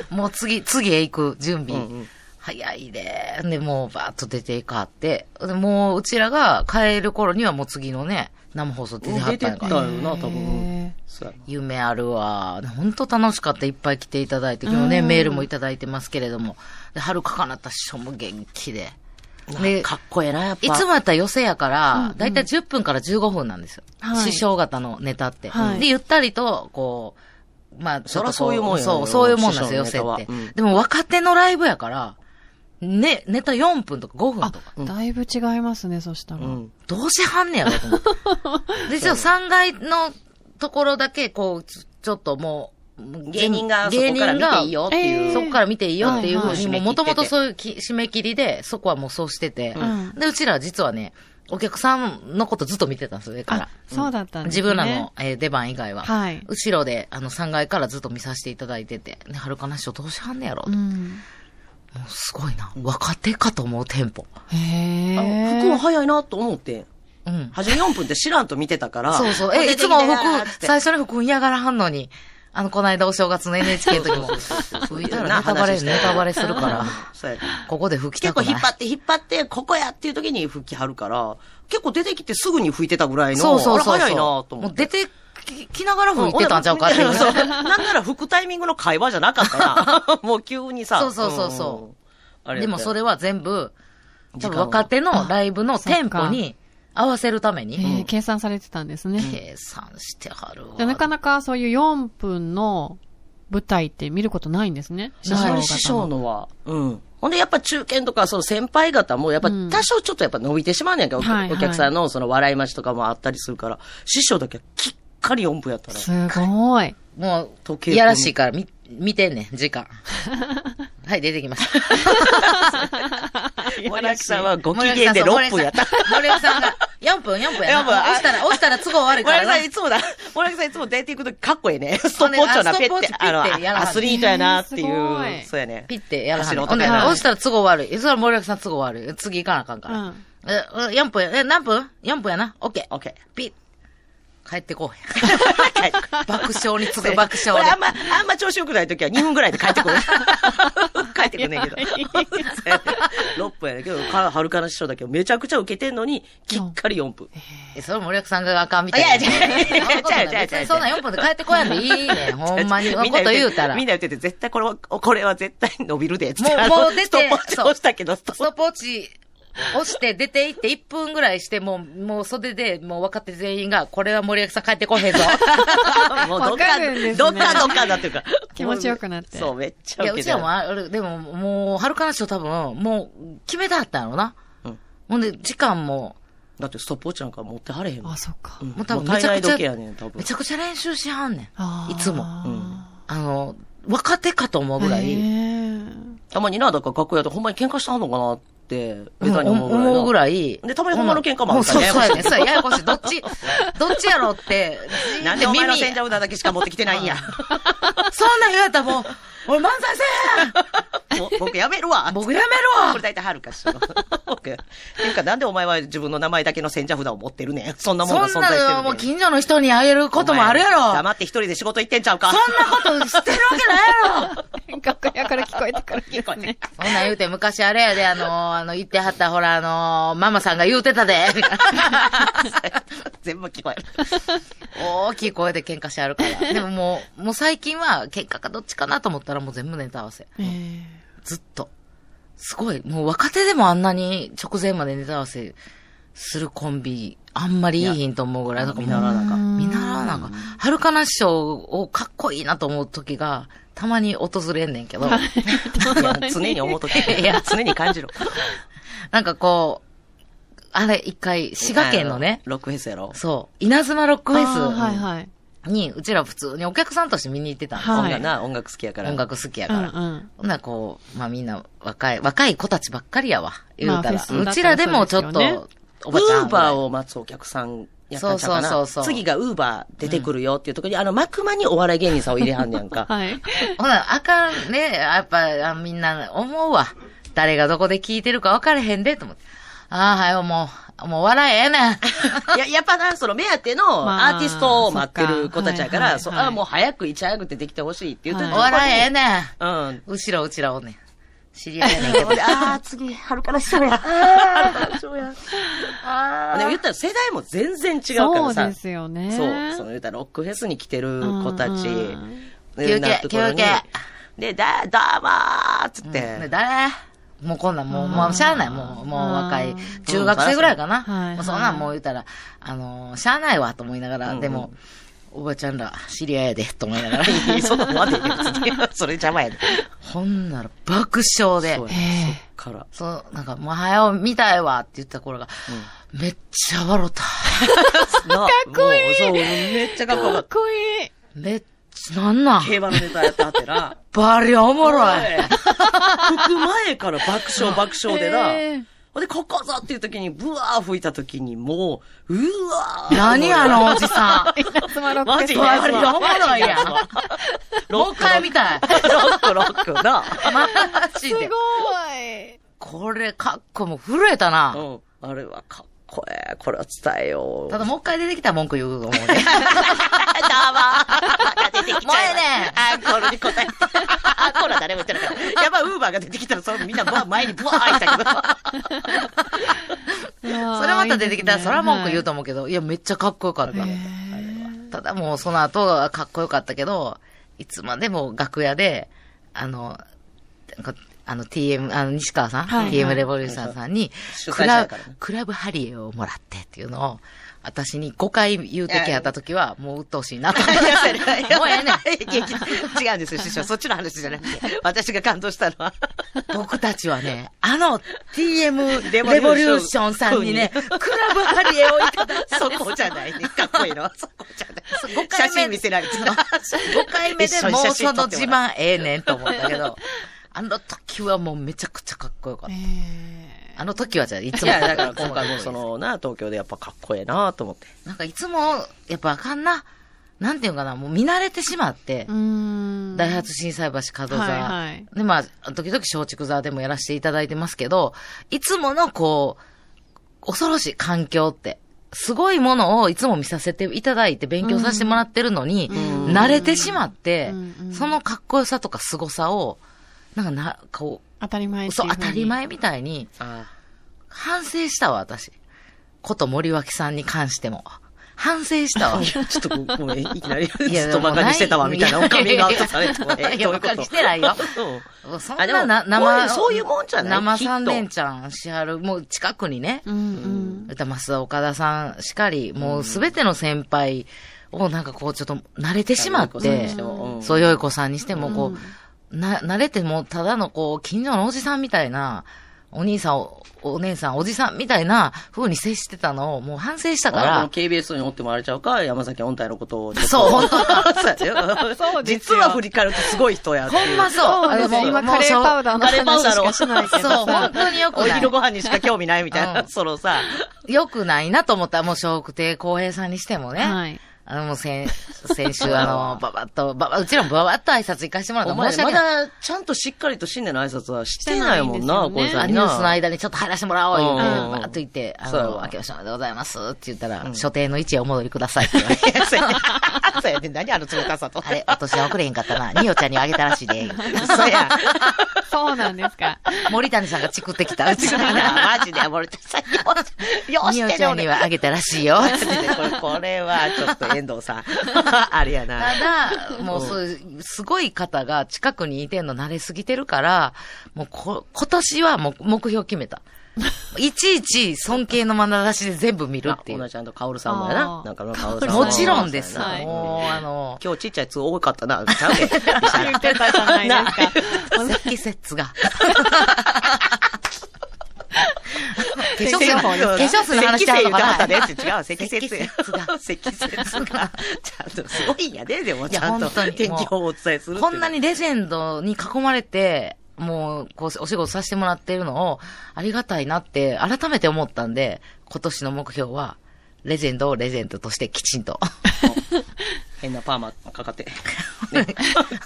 [SPEAKER 1] もう次、次へ行く準備。
[SPEAKER 3] うんうん
[SPEAKER 1] 早いで。で、もうバーッと出ていかはって。でもう、うちらが帰る頃にはもう次のね、生放送出てはっ
[SPEAKER 3] 出
[SPEAKER 1] たん
[SPEAKER 3] て
[SPEAKER 1] や
[SPEAKER 3] た
[SPEAKER 1] か
[SPEAKER 3] よ
[SPEAKER 1] ら。
[SPEAKER 3] な、多
[SPEAKER 4] へ
[SPEAKER 3] 分。そうやな
[SPEAKER 1] 夢あるわ。本当楽しかった。いっぱい来ていただいて、今日ね、メールもいただいてますけれども。で、春かかなった師匠も元気で。で、
[SPEAKER 3] かっこええな、やっぱ。
[SPEAKER 1] いつもやったら寄せやから、だいたい10分から15分なんですよ。
[SPEAKER 4] はい
[SPEAKER 1] 師匠型のネタって。
[SPEAKER 4] はい
[SPEAKER 1] で、ゆったりと、こう、まあ、ちょっとこ
[SPEAKER 3] そらそういうもんや
[SPEAKER 1] そう、
[SPEAKER 3] よ
[SPEAKER 1] そういうもんなんですよ、寄
[SPEAKER 3] 師
[SPEAKER 1] せ
[SPEAKER 3] 匠の
[SPEAKER 1] って。
[SPEAKER 3] ネタはうん
[SPEAKER 1] でも若手のライブやから、ね、ネタ4分とか5分とか。
[SPEAKER 4] あ、だいぶ違いますね、そしたら。
[SPEAKER 3] うん。
[SPEAKER 1] どうしはんねやろと思 って。で、ちょっと3階のところだけ、こう、ちょちょっともう、
[SPEAKER 3] 芸人がそこから見ていいよっていう。
[SPEAKER 4] えー
[SPEAKER 1] そこから見ていいよっていうふう
[SPEAKER 3] はい
[SPEAKER 1] に、
[SPEAKER 3] はい
[SPEAKER 1] もうもともとそういうき締め切りで、そこはもうそうしてて、
[SPEAKER 4] ん
[SPEAKER 1] で、うちらは実はね、お客さんのことずっと見てたんですよ、上か
[SPEAKER 4] あ
[SPEAKER 1] ら。、
[SPEAKER 4] そうだったんです
[SPEAKER 1] 自
[SPEAKER 4] ね。
[SPEAKER 1] 分らの、えー出番以外は。
[SPEAKER 4] はい
[SPEAKER 1] 後ろで、あの、3階からずっと見させていただいてて、ね、はるかな師匠どうしはんねやろ、
[SPEAKER 4] う。
[SPEAKER 1] もうんすごいな。若手かと思うテンポ。
[SPEAKER 4] へ
[SPEAKER 3] あ
[SPEAKER 4] え。
[SPEAKER 3] 服も早いなと思って。
[SPEAKER 1] うん。
[SPEAKER 3] 初め4分って知らんと見てたから。
[SPEAKER 1] そうそう。
[SPEAKER 3] 出
[SPEAKER 1] え、
[SPEAKER 3] て
[SPEAKER 1] い
[SPEAKER 3] き
[SPEAKER 1] つ
[SPEAKER 3] た
[SPEAKER 1] も
[SPEAKER 3] よー
[SPEAKER 1] 服
[SPEAKER 3] っ、て
[SPEAKER 1] 最初に服嫌がらはんのに。あの、こないだお正月の NHK の時 も。服いたらネタバレ、
[SPEAKER 3] 話して
[SPEAKER 1] ネタバレするから。
[SPEAKER 3] そうや
[SPEAKER 1] ここで服着
[SPEAKER 3] 結
[SPEAKER 1] た
[SPEAKER 3] 構
[SPEAKER 1] くない。
[SPEAKER 3] 引っ張って引っ張って、ここやっていう時に吹き張るから、結構出てきてすぐに吹いてたぐらいの、
[SPEAKER 1] そうそうそうそう。
[SPEAKER 3] あれ早いなと思
[SPEAKER 1] も
[SPEAKER 3] っ
[SPEAKER 1] う
[SPEAKER 3] て。
[SPEAKER 1] 出てききながら吹いてたんちゃうかってい。
[SPEAKER 3] そう うそうなんなら吹くタイミングの会話じゃなかったな。もう急にさ。
[SPEAKER 1] そうそうそうそうん
[SPEAKER 3] あれ
[SPEAKER 1] でもそれは全部、多
[SPEAKER 3] 時
[SPEAKER 1] 分
[SPEAKER 3] 間を
[SPEAKER 1] 若手のライブの
[SPEAKER 4] そっか
[SPEAKER 1] テンポに合わせるため
[SPEAKER 4] えー
[SPEAKER 1] に、
[SPEAKER 4] 計算されてたんですね。じ
[SPEAKER 1] 計算してはるわ。
[SPEAKER 4] ゃあなかなかそういう4分の舞台って見ることないんですね。
[SPEAKER 3] 師匠師匠のは。うん。ほんで、やっぱ中堅とか、その先輩方も、やっぱ
[SPEAKER 4] うん
[SPEAKER 3] 多少ちょっとやっぱ伸びてしまうねんけど、お
[SPEAKER 4] はいはい
[SPEAKER 3] お客さんのその笑い待ちとかもあったりするから、師匠だけはきっかり4分やったね。
[SPEAKER 4] すごい。
[SPEAKER 1] もう
[SPEAKER 3] 時、計
[SPEAKER 1] いやらしいから見、見てんねん、時 間。はい、出てきました。
[SPEAKER 3] 森脇さんはご機嫌で6分やった。
[SPEAKER 1] 森脇さんが、4分、4分や
[SPEAKER 3] 4分
[SPEAKER 1] な。
[SPEAKER 3] あ
[SPEAKER 1] 押したら、押したら都合悪い
[SPEAKER 3] 森
[SPEAKER 1] から
[SPEAKER 3] 脇
[SPEAKER 1] な
[SPEAKER 3] さん。いつもだ、森脇さんいつも出ていくときかっこええね。ストップウォッチをな、
[SPEAKER 1] あ
[SPEAKER 3] ペ
[SPEAKER 1] れ
[SPEAKER 3] ッ
[SPEAKER 1] あ
[SPEAKER 3] て、
[SPEAKER 1] ストップウォッチ
[SPEAKER 3] あの、
[SPEAKER 1] ピッてやらは
[SPEAKER 3] ア
[SPEAKER 1] る
[SPEAKER 3] スリートやなってい
[SPEAKER 4] えーすご
[SPEAKER 3] う。
[SPEAKER 4] い
[SPEAKER 3] そうやね。
[SPEAKER 1] ピッてやらはんねん。ほ
[SPEAKER 3] 走る
[SPEAKER 1] ん
[SPEAKER 3] 音
[SPEAKER 1] で
[SPEAKER 3] や
[SPEAKER 4] な
[SPEAKER 1] 押したら都合悪い。それは森脇さん都合悪い。次行かなあかんか
[SPEAKER 4] う
[SPEAKER 1] ら。
[SPEAKER 4] ん。
[SPEAKER 1] え、4分、え、何分 ?4 分やな。オッケー。
[SPEAKER 3] オッケー。
[SPEAKER 1] ピッ。帰ってこうへん。爆笑に 次ぐ爆
[SPEAKER 3] 俺
[SPEAKER 1] 笑
[SPEAKER 3] あん
[SPEAKER 1] で。
[SPEAKER 3] ま、あんま調子良くないときは2分ぐらいで帰って くる。帰ってくんねんけど。6分やねんけど、かはるかな師匠だけど、めちゃくちゃ受けてんのに、きっかり4分。
[SPEAKER 1] えそれ森脇さんがあかんみたいな。
[SPEAKER 3] いやいやいやいや
[SPEAKER 1] そんなことない
[SPEAKER 3] 違う違う違う
[SPEAKER 1] 別にそんな4分で帰ってこやんでい いねん。ほんまに。そんなこと言うたら。
[SPEAKER 3] みん
[SPEAKER 1] ス
[SPEAKER 3] な言ってて、絶対これは、これは絶対伸びるで、つって。
[SPEAKER 1] もう
[SPEAKER 3] あの
[SPEAKER 1] もう出て
[SPEAKER 3] ストップウォッチ押したけど、ストップ
[SPEAKER 1] トップウォッチ押して出て行って1分ぐらいして、もう、もう袖で、もう若手全員が、これは森脇さん帰ってこへ んぞ。
[SPEAKER 3] もうどっ
[SPEAKER 4] わか
[SPEAKER 3] か、
[SPEAKER 4] るんですね
[SPEAKER 3] どっかどっかだっていうか。
[SPEAKER 4] 気持ちよくなって
[SPEAKER 3] そう、めっちゃ
[SPEAKER 1] いや、
[SPEAKER 3] 受
[SPEAKER 1] う
[SPEAKER 3] け
[SPEAKER 1] ち
[SPEAKER 3] て
[SPEAKER 1] ら
[SPEAKER 3] る
[SPEAKER 1] もある、でも、もう、はるかなし多分、もう、決めたはったんやろな。
[SPEAKER 3] うん
[SPEAKER 1] ほんで、時間も、
[SPEAKER 3] だってストップウォッチなんか持ってはれへんもん
[SPEAKER 4] あ、。そっか
[SPEAKER 3] うん。
[SPEAKER 1] もう多分
[SPEAKER 3] もう
[SPEAKER 1] めちゃ
[SPEAKER 3] 体
[SPEAKER 1] くち
[SPEAKER 3] 内
[SPEAKER 1] ゃ、
[SPEAKER 3] 時計やねん、多分
[SPEAKER 1] め。ちゃくちゃ練習しはんね
[SPEAKER 4] あ
[SPEAKER 1] ん。
[SPEAKER 4] ー
[SPEAKER 1] いつも。あの、若手かと思うぐら
[SPEAKER 4] へ
[SPEAKER 1] い、
[SPEAKER 4] ー
[SPEAKER 3] たまにな、だから学校やとほんまに喧嘩したのかなって、ベ
[SPEAKER 1] うん
[SPEAKER 3] タに思うぐらいな。
[SPEAKER 1] 思うぐらい。
[SPEAKER 3] でたまにほんまの喧嘩もある
[SPEAKER 1] う
[SPEAKER 3] か
[SPEAKER 1] そう
[SPEAKER 3] らね
[SPEAKER 1] そうやね。そうや、ややこしい。どっち、どっちやろうって。
[SPEAKER 3] なんでお前の
[SPEAKER 1] 耳
[SPEAKER 3] 洗車札だけしか持ってきてないんや。
[SPEAKER 1] そんなん言われたらもう、俺漫才せえ
[SPEAKER 3] も う 僕やめるわ。
[SPEAKER 1] 僕やめるわ
[SPEAKER 3] これ大体はるかしら。僕っていうか、なんでお前は自分の名前だけの洗車札を持ってるねん。そんなものが存
[SPEAKER 1] そん
[SPEAKER 3] 在してる、ねん。
[SPEAKER 1] なのもう近所の人にあげることもあるや
[SPEAKER 3] お前
[SPEAKER 1] ろ
[SPEAKER 3] 黙って一人で仕事行ってんちゃうか。
[SPEAKER 1] そんなことしてるわけないやろ
[SPEAKER 4] 楽屋から聞こえてくるんですね。
[SPEAKER 1] そんなん言うて、昔あれやで、あのー、あの、言ってはった、ほら、あのー、ママさんが言うてたで、みたいな
[SPEAKER 3] 全部聞こえる。
[SPEAKER 1] 大きい声で喧嘩してあるから。でももう、もう最近は、喧嘩かどっちかなと思ったら、もう全部ネタ合わせ。
[SPEAKER 4] え
[SPEAKER 1] ずっと。すごい。もう若手でもあんなに直前までネタ合わせするコンビ、あんまりいいひんと思うぐらい。だから
[SPEAKER 3] 見
[SPEAKER 1] もう
[SPEAKER 3] 習わなあかん。
[SPEAKER 1] 見習わなあかん。はるかな師匠をかっこいいなと思う時が、たまに訪れんねんけど、
[SPEAKER 3] いや 常に思うとき。いや、常に感じろ。
[SPEAKER 1] なんかこう、あれ一回、滋賀県のね、
[SPEAKER 3] ロックフェスやろ。
[SPEAKER 1] そう、稲妻ロックフ
[SPEAKER 4] あーはい
[SPEAKER 1] ェス
[SPEAKER 4] はい。
[SPEAKER 1] に、うちら普通にお客さんとして見に行ってたんですよ。
[SPEAKER 4] はい
[SPEAKER 3] 音楽な、音楽好きやから。
[SPEAKER 1] 音楽好きや
[SPEAKER 4] う
[SPEAKER 1] か
[SPEAKER 4] ん
[SPEAKER 1] ら。
[SPEAKER 4] うん。
[SPEAKER 1] ほんならこう、まあみんな若い、若い子たちばっかりやわ。言うたら。
[SPEAKER 4] まあフェス
[SPEAKER 1] うちらでもちょっと、
[SPEAKER 4] だったらそう
[SPEAKER 1] おばちゃん。
[SPEAKER 3] ウーバー。を待つお客さんやったんちゃう
[SPEAKER 1] そうそう
[SPEAKER 3] かな。
[SPEAKER 1] そうそう
[SPEAKER 3] 次がウーバー出てくるよっていうところに、あの、幕間にお笑い芸人さんを入れはんねやん か。
[SPEAKER 4] はい。
[SPEAKER 1] ほな、あかんね。やっぱ、あみんな思うわ。誰がどこで聞いてるか分かれへんで、と思って。ああ、はいよ、もう、もう笑ええな。
[SPEAKER 3] いや、やっぱな、その目当ての
[SPEAKER 4] まあ
[SPEAKER 3] アーティストを待ってる子たちやか
[SPEAKER 4] そ
[SPEAKER 3] ら、
[SPEAKER 4] っか
[SPEAKER 3] そ
[SPEAKER 4] はいはいはい
[SPEAKER 3] あもう早くいち早く出てきてほしいって言って
[SPEAKER 1] お
[SPEAKER 3] た
[SPEAKER 4] はい
[SPEAKER 1] 笑ええな。
[SPEAKER 3] うん。
[SPEAKER 1] 後ろ、うちらおんねん。知り合いやねんけど。
[SPEAKER 3] ああ、次、春からしそうや。でも言ったら世代も全然違うから
[SPEAKER 4] そう
[SPEAKER 3] さ。
[SPEAKER 4] ですよね。
[SPEAKER 3] そう。その言ったらロックフェスに来てる子たち。
[SPEAKER 4] うん
[SPEAKER 1] 休憩
[SPEAKER 3] なところに
[SPEAKER 1] 休憩
[SPEAKER 3] で、だ、どうもーっつって。
[SPEAKER 1] ね誰もうこんなん、もう、
[SPEAKER 4] うん
[SPEAKER 1] もう、しゃあない、もう、もう若
[SPEAKER 4] う
[SPEAKER 1] い
[SPEAKER 4] ん、
[SPEAKER 1] 中学生ぐらいかな。
[SPEAKER 4] はい
[SPEAKER 1] もうそんなんもう言うたら、あのー、しゃあないわ、と思いながら、
[SPEAKER 3] うん
[SPEAKER 1] でも、おばちゃんら、知り合いやで、と思いながら、
[SPEAKER 3] いやそんなもん待てよ、別にそれ邪魔やで。
[SPEAKER 1] ほんなら爆笑で
[SPEAKER 3] そう、や
[SPEAKER 4] へえ
[SPEAKER 3] から。
[SPEAKER 1] そう、なんか、もう早う見たいわ、って言った頃が、めっちゃ笑った。
[SPEAKER 3] かっこいいそう、めっちゃかっこよか
[SPEAKER 4] か
[SPEAKER 3] っ
[SPEAKER 4] っこいい。
[SPEAKER 1] めっちゃ、なんなん
[SPEAKER 3] た。競馬のネタやったってな。
[SPEAKER 1] バリおもろい。
[SPEAKER 3] 吹く前から爆笑爆笑で
[SPEAKER 4] へ
[SPEAKER 3] な
[SPEAKER 4] え。
[SPEAKER 3] ほんで、ここぞっていう時に、ブワー吹いた時に、もう、うわー
[SPEAKER 1] 何あのおじさん。
[SPEAKER 4] 稲妻ロック
[SPEAKER 3] マ
[SPEAKER 4] フェ
[SPEAKER 3] ジで
[SPEAKER 4] スト
[SPEAKER 1] バリおもろいやん。もう一回見たい。
[SPEAKER 3] ロックロックな。
[SPEAKER 1] マジ
[SPEAKER 4] すごい
[SPEAKER 1] で。。これ、かっこもう震えたな。
[SPEAKER 3] うん。あれはかっこええ。これは伝えよう。
[SPEAKER 1] ただ
[SPEAKER 3] も
[SPEAKER 1] もう一回出てきたら文句言うと思 うね。
[SPEAKER 3] う、出てきちゃいますあ、これに答えて。あ、これは誰も言ってなかった。やばい、ウーバーが出てきたら、そのみんなブワー前にブワーいたけど。
[SPEAKER 4] それ
[SPEAKER 1] それまた出てきたら、それは文句言うと思うけど、いや、めっちゃかっこよかった。ただもうその後はかっこよかったけど、いつまでも楽屋で、あの、なんかあの TM、あの西川さん、
[SPEAKER 4] はいはい
[SPEAKER 1] TM レボリューションさんに、
[SPEAKER 3] 主
[SPEAKER 1] ク
[SPEAKER 3] 催者
[SPEAKER 1] ラ
[SPEAKER 3] や
[SPEAKER 1] ブ
[SPEAKER 3] からね、
[SPEAKER 1] クラブハリエをもらってっていうのを、私に5回言うてきやった時は、もう鬱陶しいなと思って。もう ええねん。
[SPEAKER 3] いやいや違うんですよ、師匠。そっちの話じ ゃなくて。私が感動したのは。
[SPEAKER 1] 僕たちはね、あの TM レ ボ
[SPEAKER 3] レボリュ
[SPEAKER 1] リュー
[SPEAKER 3] ーション
[SPEAKER 1] ションさんにね、クラブハリエをいただいたん
[SPEAKER 3] そ
[SPEAKER 1] です。
[SPEAKER 3] こじゃないね。かっこいいの。 そこじゃない。
[SPEAKER 1] 回目
[SPEAKER 3] 写真見せられてた。
[SPEAKER 1] 5回目で
[SPEAKER 3] 一緒に
[SPEAKER 1] もう
[SPEAKER 3] 写
[SPEAKER 1] そ
[SPEAKER 3] 真撮
[SPEAKER 1] の
[SPEAKER 3] って
[SPEAKER 1] 自
[SPEAKER 3] もら
[SPEAKER 1] 慢ええねんと思ったけど、 あの時はもうめちゃくちゃかっこよかった。あの時はじゃあいつ
[SPEAKER 3] い
[SPEAKER 1] も。
[SPEAKER 3] や、だから今回も
[SPEAKER 1] いつ
[SPEAKER 3] そのな、東京でやっぱかっこええなと思って。
[SPEAKER 1] なんかいつも、やっぱあかんな。なんていうんかな、もう見慣れてしまって、
[SPEAKER 4] うん。
[SPEAKER 1] 大発震災橋角座。
[SPEAKER 4] はいはい
[SPEAKER 1] で、まあ、時々松竹座でもやらせていただいてますけど、いつものこう、恐ろしい環境って。すごいものをいつも見させていただいて勉強させてもらってるのに、
[SPEAKER 4] ん
[SPEAKER 1] 慣れてしまって、
[SPEAKER 4] うんうん
[SPEAKER 1] そのかっこよさとか凄さを、なんかな、こ
[SPEAKER 4] 当たり前
[SPEAKER 1] う、
[SPEAKER 4] ってい
[SPEAKER 1] そうう
[SPEAKER 4] ふう
[SPEAKER 1] 当
[SPEAKER 4] に
[SPEAKER 1] たり。前みたいに
[SPEAKER 3] ああ。
[SPEAKER 1] 反省したわ、私。こと森脇さんに関しても。反省 したわ。
[SPEAKER 3] ちょっとごごめん、 いきなり、
[SPEAKER 1] いや
[SPEAKER 3] ずっと馬鹿にしてたわ、みたいな、おかみがアウトされても ね。
[SPEAKER 1] いや
[SPEAKER 3] どううこと
[SPEAKER 1] 馬鹿にしてないよ
[SPEAKER 3] うん
[SPEAKER 1] そん
[SPEAKER 3] あでも
[SPEAKER 1] なな
[SPEAKER 3] こうい
[SPEAKER 1] 生、
[SPEAKER 3] うそういうもんじゃない
[SPEAKER 1] 生
[SPEAKER 3] きっと
[SPEAKER 1] 三連チャンしはる、もう近くにね、
[SPEAKER 4] うんうん。
[SPEAKER 1] 歌増田岡田さんしかり、もうすべての先輩をなんかこうちょっと慣れてしまっ
[SPEAKER 3] そういう
[SPEAKER 1] て
[SPEAKER 3] ことにして、もうん
[SPEAKER 1] そう、よい子さんにしてもこう、な、慣れてもうただのこう、近所のおじさんみたいな、お兄さんお、お姉さん、おじさんみたいな風に接してたのをもう反省したか
[SPEAKER 3] あの
[SPEAKER 1] ら、
[SPEAKER 3] KBS におってもあれちゃうか、山崎音体のことを。
[SPEAKER 1] そう本
[SPEAKER 3] 当
[SPEAKER 4] そうです
[SPEAKER 3] 実
[SPEAKER 4] よ
[SPEAKER 3] は振り返るとすごい人やっていう。
[SPEAKER 1] ほんまそう。
[SPEAKER 4] そうですね
[SPEAKER 1] あれもう
[SPEAKER 4] 今
[SPEAKER 1] もう
[SPEAKER 4] カレーパウダーの
[SPEAKER 3] カレーパウ
[SPEAKER 4] 話
[SPEAKER 3] ダー
[SPEAKER 4] し
[SPEAKER 3] の
[SPEAKER 4] かしないけど
[SPEAKER 1] そう、本
[SPEAKER 4] さ。
[SPEAKER 1] 当によく
[SPEAKER 3] お
[SPEAKER 1] ない。
[SPEAKER 3] 昼ご飯にしか興味ないみたい
[SPEAKER 1] うん
[SPEAKER 3] な、そのさ、
[SPEAKER 1] よくないなと思った。もう、笑福亭公平さんにしてもね。
[SPEAKER 4] はい
[SPEAKER 1] あの、もう、先、 先週、あ の、ばばっと、ばば、うちらもばばっと挨拶行かしてもらった
[SPEAKER 3] お
[SPEAKER 1] ら
[SPEAKER 3] 前
[SPEAKER 1] 申し
[SPEAKER 3] ま
[SPEAKER 1] 訳ない。
[SPEAKER 3] だちゃんとしっかりと新年の挨拶はしてないもんな、
[SPEAKER 4] し
[SPEAKER 3] こ
[SPEAKER 4] てないん
[SPEAKER 3] い
[SPEAKER 4] ですよね
[SPEAKER 3] さ
[SPEAKER 1] あ
[SPEAKER 3] ん
[SPEAKER 1] ニ
[SPEAKER 3] に
[SPEAKER 1] ュースの
[SPEAKER 3] な。
[SPEAKER 1] 間にちょっと入らせてもらおう、言うて、
[SPEAKER 3] うん
[SPEAKER 1] ばーっと言って、あ
[SPEAKER 3] そうや
[SPEAKER 1] の、
[SPEAKER 3] わ
[SPEAKER 1] 明けましておめでとうございますって言ったら、所定の位置へお戻りくださいって言われ て
[SPEAKER 3] そうやね そうやね何あの冷たさと。
[SPEAKER 1] あれ、お年は遅れへんかったな。ニオちゃんにあげたらしいで。言うて
[SPEAKER 3] 嘘や。
[SPEAKER 4] そうなんで すか。
[SPEAKER 1] 森谷さんがチクって きた。うちに。
[SPEAKER 3] マジで、俺、さよう、よう
[SPEAKER 1] ニ
[SPEAKER 3] し
[SPEAKER 1] オ
[SPEAKER 3] て
[SPEAKER 1] ち
[SPEAKER 3] る
[SPEAKER 1] ゃんに
[SPEAKER 3] 俺。
[SPEAKER 1] はあげたらしい よ。
[SPEAKER 3] マジでこれ、これは、ちょっと遠藤さん。 あれやな。
[SPEAKER 1] ただ、もうそういう、すごい方が近くにいてんの慣れすぎてるから、もうこ、今年はもう目標決め た。いちいち尊敬の眼差しで全部見るってい
[SPEAKER 3] あ同
[SPEAKER 1] う。
[SPEAKER 3] じあの、カオルさんもやな
[SPEAKER 4] あ。ー
[SPEAKER 3] なんかの、カオルさん
[SPEAKER 1] もちろんです。
[SPEAKER 4] はい
[SPEAKER 1] もう、あの、
[SPEAKER 3] 今日ちっちゃいやつ多かったな。ちゃう で。
[SPEAKER 4] 言ってたじゃな いですか。
[SPEAKER 1] 積雪が。化粧水の、化粧水の話しちゃうのかな。
[SPEAKER 3] ね、違う、積雪。
[SPEAKER 1] 積雪が
[SPEAKER 3] 積雪が。ちゃんとすごいんやで、でも、ちゃんと
[SPEAKER 1] 本当にもう
[SPEAKER 3] 天気予報をお伝えするっていうのは
[SPEAKER 1] こんなにレジェンドに囲まれて、もう、こう、お仕事させてもらってるのを、ありがたいなって、改めて思ったんで、今年の目標は、レジェンドをレジェンドとしてきちんと。
[SPEAKER 3] 変なパーマか かって。ね、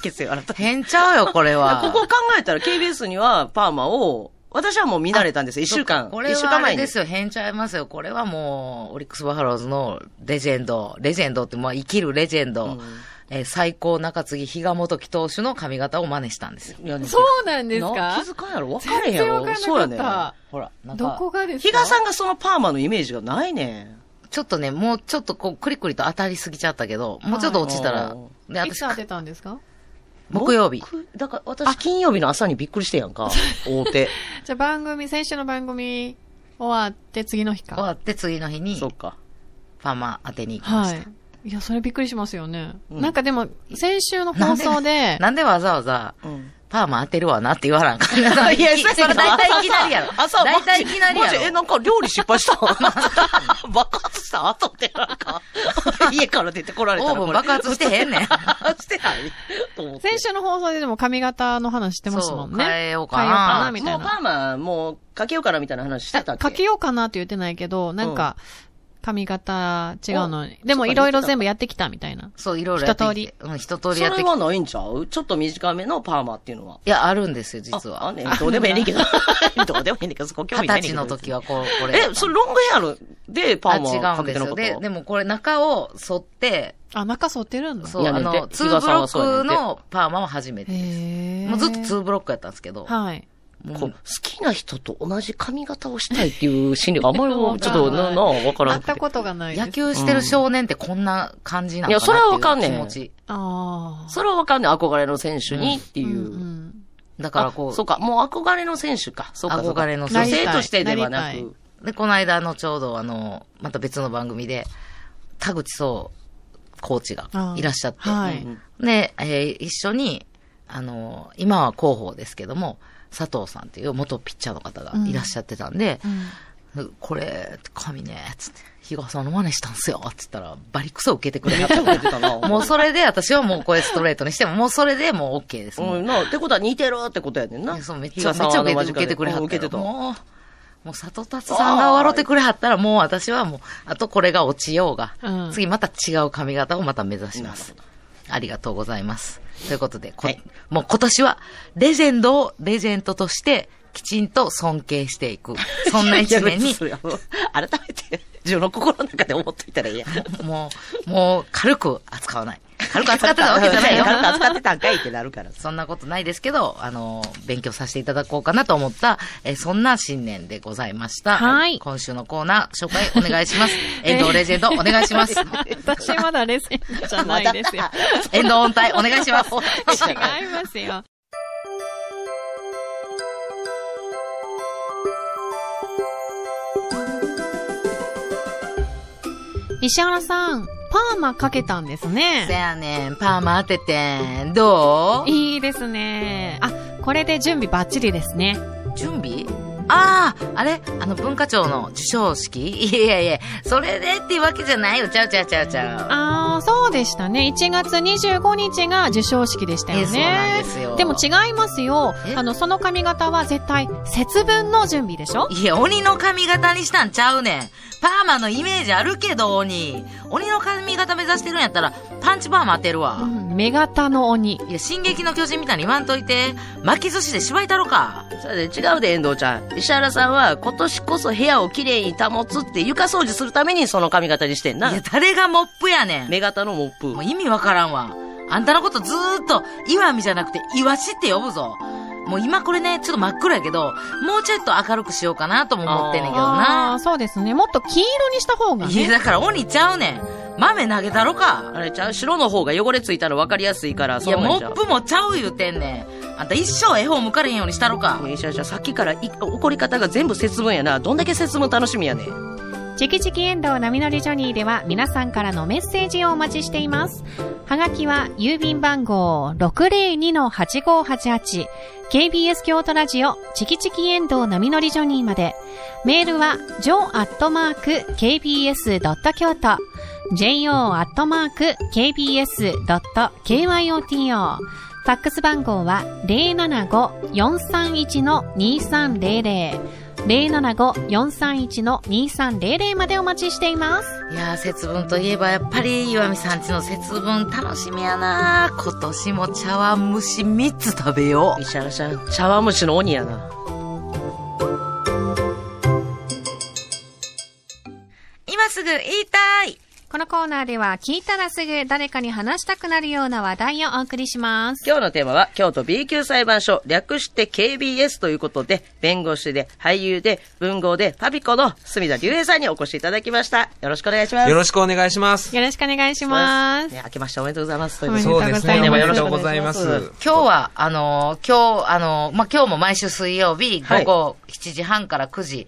[SPEAKER 3] 血清洗った。
[SPEAKER 1] 変ちゃ うよ、これは。
[SPEAKER 3] ここを考えたら KBS にはパーマを、私はもう見慣れたんですよ。一週間。
[SPEAKER 1] これ
[SPEAKER 3] 一週
[SPEAKER 1] は
[SPEAKER 3] 間
[SPEAKER 1] あ
[SPEAKER 3] 前
[SPEAKER 1] れ
[SPEAKER 3] に
[SPEAKER 1] で。すよ、変ちゃいますよ。これはもう、オリックスバファローズのレジェンド、レジェンドって、まあ、生きるレジェンド、えー最高中継ぎ、比嘉元樹投手の髪型を真似したんですよ。
[SPEAKER 3] いやね
[SPEAKER 4] そうなんですか
[SPEAKER 3] な気づかんやろ分かれへんや
[SPEAKER 4] 全然
[SPEAKER 3] ろ
[SPEAKER 4] 分かんなかった
[SPEAKER 3] そうやねほら。
[SPEAKER 1] なん
[SPEAKER 4] ど
[SPEAKER 1] か
[SPEAKER 4] こがですか
[SPEAKER 3] 比嘉さんがそのパーマのイメージがないね
[SPEAKER 1] ちょっとね、もうちょっとこう、クリクリと当たりすぎちゃったけど、もうちょっと落ちたら、
[SPEAKER 3] は
[SPEAKER 1] で、
[SPEAKER 4] い
[SPEAKER 1] 私
[SPEAKER 4] つ、当てたんですか
[SPEAKER 1] 木曜日。
[SPEAKER 3] 僕だから私、金曜日の朝にびっくりしてやん か。大手。
[SPEAKER 4] じゃあ番組、先週の番組終わって次の日
[SPEAKER 1] 終
[SPEAKER 4] か。
[SPEAKER 1] わって次の日に
[SPEAKER 3] そ、っか。
[SPEAKER 1] パーマ当てに行きまし
[SPEAKER 4] は
[SPEAKER 1] た。
[SPEAKER 4] い。いや、それびっくりしますよね。
[SPEAKER 3] うん
[SPEAKER 4] なんかでも、先週の放送で、
[SPEAKER 1] なんでわざわざ、
[SPEAKER 3] うん。
[SPEAKER 1] パーマ当てるわなって言わなあかんないや、それ大体いきなりやろ。
[SPEAKER 3] 朝、
[SPEAKER 1] 大体いきなりや
[SPEAKER 3] マジマジえ、
[SPEAKER 1] ろ。
[SPEAKER 3] なんか料理失敗した 爆発した後ってなんか、家から出てこられ
[SPEAKER 1] オ
[SPEAKER 3] た
[SPEAKER 1] ーブン
[SPEAKER 3] ら
[SPEAKER 1] 爆発してへんねん。
[SPEAKER 3] 発してないと思って。
[SPEAKER 4] 先週の放送ででも髪型の話してましたもん
[SPEAKER 1] そ
[SPEAKER 4] ね。
[SPEAKER 1] う変えようかな
[SPEAKER 4] 変えようかな、みた
[SPEAKER 3] も
[SPEAKER 4] いうな。
[SPEAKER 3] パーマ、もうかけようかなみたいな話してたっけ
[SPEAKER 4] かけようかなって言ってないけど、なんか、髪型違うのに。でもいろいろ全部やってきたみたいな。
[SPEAKER 1] そう、いろいろやってきて。うん、一通りやっ
[SPEAKER 3] そ
[SPEAKER 1] てきて。
[SPEAKER 3] れはないんちゃうちょっと短めのパーマっていうのは。
[SPEAKER 1] いや、あるんですよ、実
[SPEAKER 3] ああ
[SPEAKER 1] は。
[SPEAKER 3] んねんどうでもいいねんけど。 どうでもいいねんけど、そこ興
[SPEAKER 1] 二
[SPEAKER 3] 味な
[SPEAKER 1] 十
[SPEAKER 3] いねん
[SPEAKER 1] 歳
[SPEAKER 3] けど。
[SPEAKER 1] の時はこう、これ。
[SPEAKER 3] え、それロングヘアのでパーマ
[SPEAKER 1] あ違う
[SPEAKER 3] か
[SPEAKER 1] んで
[SPEAKER 3] けて
[SPEAKER 1] す
[SPEAKER 3] なか
[SPEAKER 1] よ。で、
[SPEAKER 3] っ
[SPEAKER 1] で
[SPEAKER 3] た
[SPEAKER 1] もこれ中を剃って、
[SPEAKER 4] あ、中剃ってるんだ。
[SPEAKER 1] そう、
[SPEAKER 3] いや
[SPEAKER 1] あ
[SPEAKER 3] ねんて
[SPEAKER 1] の、ツ
[SPEAKER 3] 日
[SPEAKER 1] ー
[SPEAKER 3] 賀
[SPEAKER 1] ブ
[SPEAKER 3] さん
[SPEAKER 1] ロ
[SPEAKER 3] はそうやねん
[SPEAKER 1] ック
[SPEAKER 3] て
[SPEAKER 1] のパーマは初めてです。
[SPEAKER 4] へー
[SPEAKER 1] もうずっとツーブロックやったんですけど。
[SPEAKER 4] はい。
[SPEAKER 1] もう
[SPEAKER 3] こう好きな人と同じ髪型をしたいっていう心理があんまり
[SPEAKER 4] わかんない
[SPEAKER 3] ちょっ と な、な、わから
[SPEAKER 4] 会
[SPEAKER 3] ん
[SPEAKER 4] っ
[SPEAKER 3] くて
[SPEAKER 4] た。ことがないです。
[SPEAKER 1] 野球してる少年ってこんな感じなのか
[SPEAKER 3] いやそれはわ
[SPEAKER 1] な
[SPEAKER 3] か
[SPEAKER 1] っ
[SPEAKER 3] ん
[SPEAKER 1] て
[SPEAKER 3] ね
[SPEAKER 1] い
[SPEAKER 3] ん
[SPEAKER 1] う気持ち。
[SPEAKER 4] ああ。
[SPEAKER 3] それはわかんない。憧れの選手にっていう。
[SPEAKER 4] うんうん
[SPEAKER 1] だからこ
[SPEAKER 3] あそう
[SPEAKER 1] う、
[SPEAKER 3] か、もう憧れの選手か。そうか、そうか
[SPEAKER 1] 憧れの
[SPEAKER 4] 選手
[SPEAKER 3] 女性としてではな
[SPEAKER 4] なりた
[SPEAKER 3] く。
[SPEAKER 1] で、この間のちょうどあの、また別の番組で、田口壮コーチがいらっしゃって、
[SPEAKER 4] はい
[SPEAKER 3] うん
[SPEAKER 1] で、えー一緒に、あのー今は広報ですけども、佐藤さんっていう元ピッチャーの方がいらっしゃってたんで、これ、神ね、つって、日川さんの真似したんすよ、つったら、バリクソ受けてくれ
[SPEAKER 3] め
[SPEAKER 1] は
[SPEAKER 3] っ
[SPEAKER 1] っ
[SPEAKER 3] ちゃ
[SPEAKER 1] た
[SPEAKER 3] 覚えてた な。
[SPEAKER 1] もうそれで、私はもう声ストレートにしても、もうそれでもう OK です。もう
[SPEAKER 3] うん、な、ってことは似てるってことやねんな。
[SPEAKER 1] そう、めっ
[SPEAKER 3] 比
[SPEAKER 1] ちゃ、
[SPEAKER 3] 嘉
[SPEAKER 1] めっち
[SPEAKER 3] さんは
[SPEAKER 1] ゃ受
[SPEAKER 3] あの
[SPEAKER 1] け
[SPEAKER 3] 間
[SPEAKER 1] て
[SPEAKER 3] 近
[SPEAKER 1] 受け
[SPEAKER 3] で
[SPEAKER 1] てくれはった
[SPEAKER 3] 受
[SPEAKER 1] よ。
[SPEAKER 3] けてた。
[SPEAKER 1] もう、もう佐藤達さんが笑ってくれはったら、もう私はもう、あとこれが落ちようが、
[SPEAKER 4] うん
[SPEAKER 1] 次また違う髪型をまた目指します。ありがとうございます。ということで、こ
[SPEAKER 3] はい
[SPEAKER 1] もう今年は、レジェンドをレジェンドとして、きちんと尊敬していく。そんな一年
[SPEAKER 3] いや
[SPEAKER 1] に
[SPEAKER 3] 別、それはもう改めて、自分の心の中で思っといたらいい や。
[SPEAKER 1] もう、もう軽く扱わない。軽く扱ってたわけじゃ ないよ。
[SPEAKER 3] なんか扱ってたんかいってなるから さ。
[SPEAKER 1] そんなことないですけど、あの、勉強させていただこうかなと思った、えーそんな新年でございました。
[SPEAKER 4] はい
[SPEAKER 1] 今週のコーナー、紹介お願いします。 遠藤レジェンド、お願いします。
[SPEAKER 4] 私まだレジェンドじゃないですよ。
[SPEAKER 1] 遠藤音体、お願いし ます。
[SPEAKER 4] 違いますよ。石原さん、パーマかけたんです
[SPEAKER 1] せ
[SPEAKER 4] ね。
[SPEAKER 1] やねん、パーマ当ててん、どう
[SPEAKER 4] いいですね。あ、これで準備バッチリですね。
[SPEAKER 1] 準備ああ、あれあの、文化庁の授賞式 いやいや、それでっていうわけじゃないよ。ちゃうちゃうちゃうちゃう。
[SPEAKER 4] あー、そうでしたね。1月25日が授賞式でした
[SPEAKER 1] え
[SPEAKER 4] よね。
[SPEAKER 1] そうなんですよ
[SPEAKER 4] でも違いますよ
[SPEAKER 1] え。
[SPEAKER 4] あの、その髪型は絶対節分の準備でしょ
[SPEAKER 1] いや、鬼の髪型にしたんちゃうねん。パーマのイメージあるけど、鬼。鬼の髪型目指してるんやったら、パンチパーマ当てるわ。
[SPEAKER 4] うん、目型の鬼。
[SPEAKER 1] いや、進撃の巨人みたいに言わんといて、巻き寿司で芝居たろか。
[SPEAKER 3] それで違うで、遠藤ちゃん。石原さんは、今年こそ部屋をきれいに保つって床掃除するためにその髪型にしてん
[SPEAKER 1] いや
[SPEAKER 3] な。、
[SPEAKER 1] 誰がモップやねん。
[SPEAKER 3] 目型のモップ。
[SPEAKER 1] もう意味わからんわ。あんたのことずーっと、岩見じゃなくて、イワシって呼ぶぞ。もう今これね、ちょっと真っ暗やけど、もうちょっと明るくしようかなとも思ってんねんけど
[SPEAKER 4] あー
[SPEAKER 1] な。
[SPEAKER 4] そうですね。もっと黄色にした方が
[SPEAKER 1] いや、
[SPEAKER 4] ね。
[SPEAKER 1] だから鬼ちゃうねん。豆投げたろか。
[SPEAKER 3] あれちゃう白の方が汚れついたの分かりやすいから、
[SPEAKER 1] い
[SPEAKER 3] そ
[SPEAKER 1] や、
[SPEAKER 3] のまま
[SPEAKER 1] モ
[SPEAKER 3] にちゃ
[SPEAKER 1] ッ
[SPEAKER 3] う
[SPEAKER 1] プもちゃう言うてんねん。あんた一生絵本向かれへんようにしたろか
[SPEAKER 3] い。や石原ちゃん、さっきからい怒り方が全部節分やな。どんだけ節分楽しみやねん。
[SPEAKER 4] チキチキエンドウ波乗りジョニーでは皆さんからのメッセージをお待ちしています。はがきは郵便番号 602-8588KBS 京都ラジオチキチキエンドウ波乗りジョニーまで。メールは j o k b s k y o t o j o k b s k y o t o ファックス番号は075-431-2300。075-431-2300までお待ちしています。
[SPEAKER 1] いやー、節分といえばやっぱり岩見さんちの節分楽しみやなー今年も茶碗蒸し3つ食べよう。
[SPEAKER 3] 石原さん、茶碗蒸しの鬼やな。
[SPEAKER 1] 今すぐ言いたい
[SPEAKER 4] このコーナーでは聞いたらすぐ誰かに話したくなるような話題をお送りします。
[SPEAKER 3] 今日のテーマは、京都 B 級裁判所、略して KBS ということで、弁護士で、俳優で、文豪で、パピコの隅田隆平さんにお越しいただきました。よろしくお願いします。
[SPEAKER 5] よろしくお願いします。
[SPEAKER 4] よろしくお願いします。
[SPEAKER 3] ね、明けましておめでとうございます。とい
[SPEAKER 4] おめでと
[SPEAKER 3] こ
[SPEAKER 4] う
[SPEAKER 5] そう
[SPEAKER 4] ございます
[SPEAKER 5] ですね。おめでとうご
[SPEAKER 3] お願
[SPEAKER 5] ざ
[SPEAKER 3] い
[SPEAKER 5] い
[SPEAKER 3] しま
[SPEAKER 5] ますす。
[SPEAKER 1] 今日は、あのー今日、あのーまあ、今日も毎週水曜日、
[SPEAKER 3] は
[SPEAKER 1] 午
[SPEAKER 3] い
[SPEAKER 1] 後7時半から9時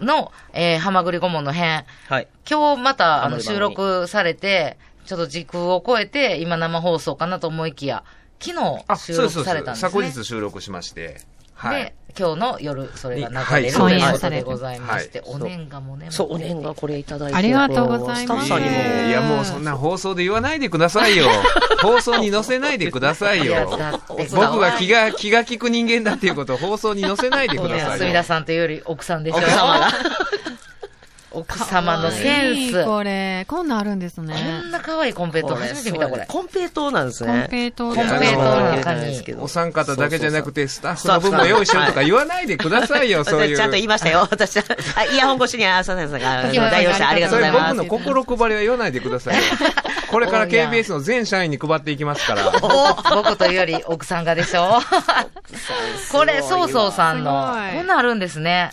[SPEAKER 1] の、えー、はまぐり顧問の編。
[SPEAKER 3] はい。
[SPEAKER 1] 今日また、あの、
[SPEAKER 3] ハマグリ番組
[SPEAKER 1] 収録されて、ちょっと時空を超えて、今生放送かなと思いきや、昨
[SPEAKER 5] あ、
[SPEAKER 1] 日収
[SPEAKER 5] そうで
[SPEAKER 1] 録
[SPEAKER 5] す、そう
[SPEAKER 1] されたんで
[SPEAKER 5] で。
[SPEAKER 1] すすね。
[SPEAKER 5] 昨日収録しまして。はい
[SPEAKER 1] で。、今日の夜、それが流れると
[SPEAKER 5] はい
[SPEAKER 1] いう
[SPEAKER 4] はい
[SPEAKER 1] ことでございまして、
[SPEAKER 3] そう
[SPEAKER 1] お年賀もね。
[SPEAKER 3] そう、お年賀これいただいて。
[SPEAKER 4] ありがとうございます
[SPEAKER 3] スタッフさんにも。
[SPEAKER 5] いや、もうそんな放送で言わないでくださいよ。放送に載せないでください
[SPEAKER 1] いや
[SPEAKER 5] よ。
[SPEAKER 1] だって
[SPEAKER 5] 僕が気が、気が利く人間だっていうことを放送に載せないでくだ
[SPEAKER 1] ね
[SPEAKER 5] さい
[SPEAKER 1] 隅
[SPEAKER 5] よ
[SPEAKER 1] 田。さんというより奥さんでしょ。
[SPEAKER 3] 奥様が。
[SPEAKER 1] 奥様のセン
[SPEAKER 4] かわい
[SPEAKER 1] ス。こ
[SPEAKER 4] いこれ、こんなんあるんですね。
[SPEAKER 1] んな可愛いコンペイトー初めて見た、これ。
[SPEAKER 3] コンペイトーなんです
[SPEAKER 4] コン
[SPEAKER 3] ね。
[SPEAKER 4] ペイトー
[SPEAKER 1] コンペイトーの中に
[SPEAKER 5] お三方だけじゃなくて、スタッフの分も用意しようとか言わないでくださいよ、そうい
[SPEAKER 3] 私
[SPEAKER 5] う。
[SPEAKER 3] ちゃんと言いました よ。私は、あイヤホン越しに、あ、笹谷さんが、あの
[SPEAKER 1] 聞きました
[SPEAKER 3] 代用してありがとう
[SPEAKER 5] そ
[SPEAKER 3] ござい
[SPEAKER 5] れ
[SPEAKER 3] ま
[SPEAKER 5] 僕
[SPEAKER 3] す。
[SPEAKER 5] の心配りは言わないでくださいよ。これから KBS の全社員に配っていきますから。
[SPEAKER 1] お僕というより奥さんがでしょこれ、そうそうさんの
[SPEAKER 4] すごい。
[SPEAKER 1] こんなんあるんですね。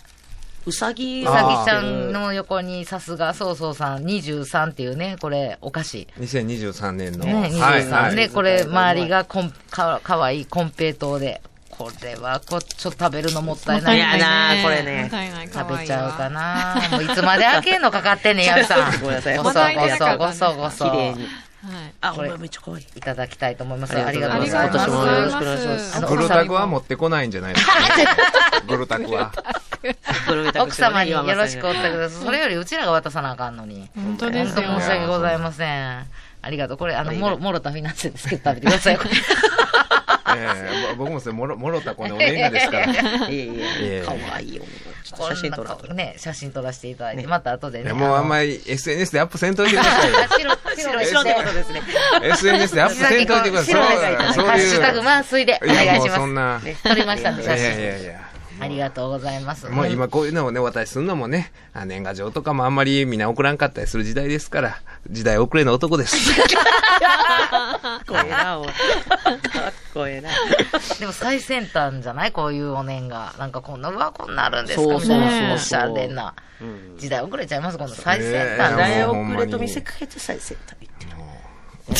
[SPEAKER 3] うさぎ、
[SPEAKER 1] う
[SPEAKER 5] あー
[SPEAKER 1] さぎちゃんの横にさすがそうそうさん23っていうね、これお菓子。
[SPEAKER 5] 2023年の。
[SPEAKER 1] ね、
[SPEAKER 5] はいは
[SPEAKER 1] 23
[SPEAKER 5] い
[SPEAKER 1] で、これ周りがこんかかわいいコンペイトーで。これはこ、ちょっと食べるのもったいない
[SPEAKER 3] いやなこれね
[SPEAKER 4] もったいない可愛い
[SPEAKER 1] 食
[SPEAKER 4] わ
[SPEAKER 1] べちゃうかな。もういつまで開けんのかかってんねん、やみさん。
[SPEAKER 3] ごめんなさい
[SPEAKER 1] ごそごそごそごそ。
[SPEAKER 3] 綺麗に。
[SPEAKER 4] はい。
[SPEAKER 3] あ、
[SPEAKER 1] こ
[SPEAKER 3] こ
[SPEAKER 1] れ
[SPEAKER 3] れめっちゃ可愛い。
[SPEAKER 1] いただきたいと思います。あ
[SPEAKER 3] あ
[SPEAKER 1] り
[SPEAKER 3] り
[SPEAKER 1] が
[SPEAKER 3] が
[SPEAKER 1] と
[SPEAKER 3] と
[SPEAKER 1] う
[SPEAKER 3] う
[SPEAKER 1] ご
[SPEAKER 3] ご
[SPEAKER 1] ざ
[SPEAKER 3] ざ
[SPEAKER 1] いま。今年もよろ
[SPEAKER 3] いますす
[SPEAKER 1] しく
[SPEAKER 3] お願いします
[SPEAKER 1] あの
[SPEAKER 5] 黒タクは持ってこないんじゃな いですか、ね。黒タクは。
[SPEAKER 1] 奥様によろしくお伝えください。それよりうちらが渡さなあかんのに。
[SPEAKER 4] 本当
[SPEAKER 1] 本
[SPEAKER 4] です
[SPEAKER 1] 当
[SPEAKER 4] よ。
[SPEAKER 1] 申し訳ございません。ありがとう。これ、あの、もろ、もろたフィナンシェですけど食べてください。
[SPEAKER 5] ええぼ僕もそれ、もろ、もろたこのお年賀で すから。い
[SPEAKER 3] いやいやいや、
[SPEAKER 5] ええ
[SPEAKER 3] 可愛いよ。ちょっと写真撮らんと
[SPEAKER 1] こんなね、写真撮らせていただいて、また後でね。
[SPEAKER 5] やもうあん
[SPEAKER 1] り。
[SPEAKER 5] まり SNS でアップせんといてくださ いよ。
[SPEAKER 1] 白、白
[SPEAKER 3] 白
[SPEAKER 1] し
[SPEAKER 3] って
[SPEAKER 1] て
[SPEAKER 3] こ。とですね。
[SPEAKER 5] SNS でアップせんといてくださ い。
[SPEAKER 1] 白
[SPEAKER 5] そう
[SPEAKER 1] ハッ
[SPEAKER 5] い
[SPEAKER 1] シュタグ、
[SPEAKER 5] う。
[SPEAKER 1] まあ、ついで、お
[SPEAKER 5] いや
[SPEAKER 1] 願い
[SPEAKER 5] もう
[SPEAKER 1] しま
[SPEAKER 5] そ
[SPEAKER 1] す
[SPEAKER 5] ん。な。
[SPEAKER 3] ね
[SPEAKER 1] 撮りましたんで、
[SPEAKER 5] い
[SPEAKER 1] 写
[SPEAKER 5] やいや
[SPEAKER 1] 真。
[SPEAKER 5] いや。
[SPEAKER 1] ありがとうございます。
[SPEAKER 5] もう今こういうのをね、お渡しするのもね、あ年賀状とかもあんまりみんな送らんかったりする時代ですから、時代遅れの男です。
[SPEAKER 3] かっこええな、おいかっこええな。
[SPEAKER 1] でも最先端じゃないこういうお年が。なんかこんな、うわ、こんなあるんですか
[SPEAKER 3] そう
[SPEAKER 4] そうそう
[SPEAKER 1] みたいなおしゃれな。時代遅れちゃいます、この最先
[SPEAKER 5] い
[SPEAKER 1] 端。
[SPEAKER 5] やもう
[SPEAKER 3] 時代遅れと見せかけて最先端行 っ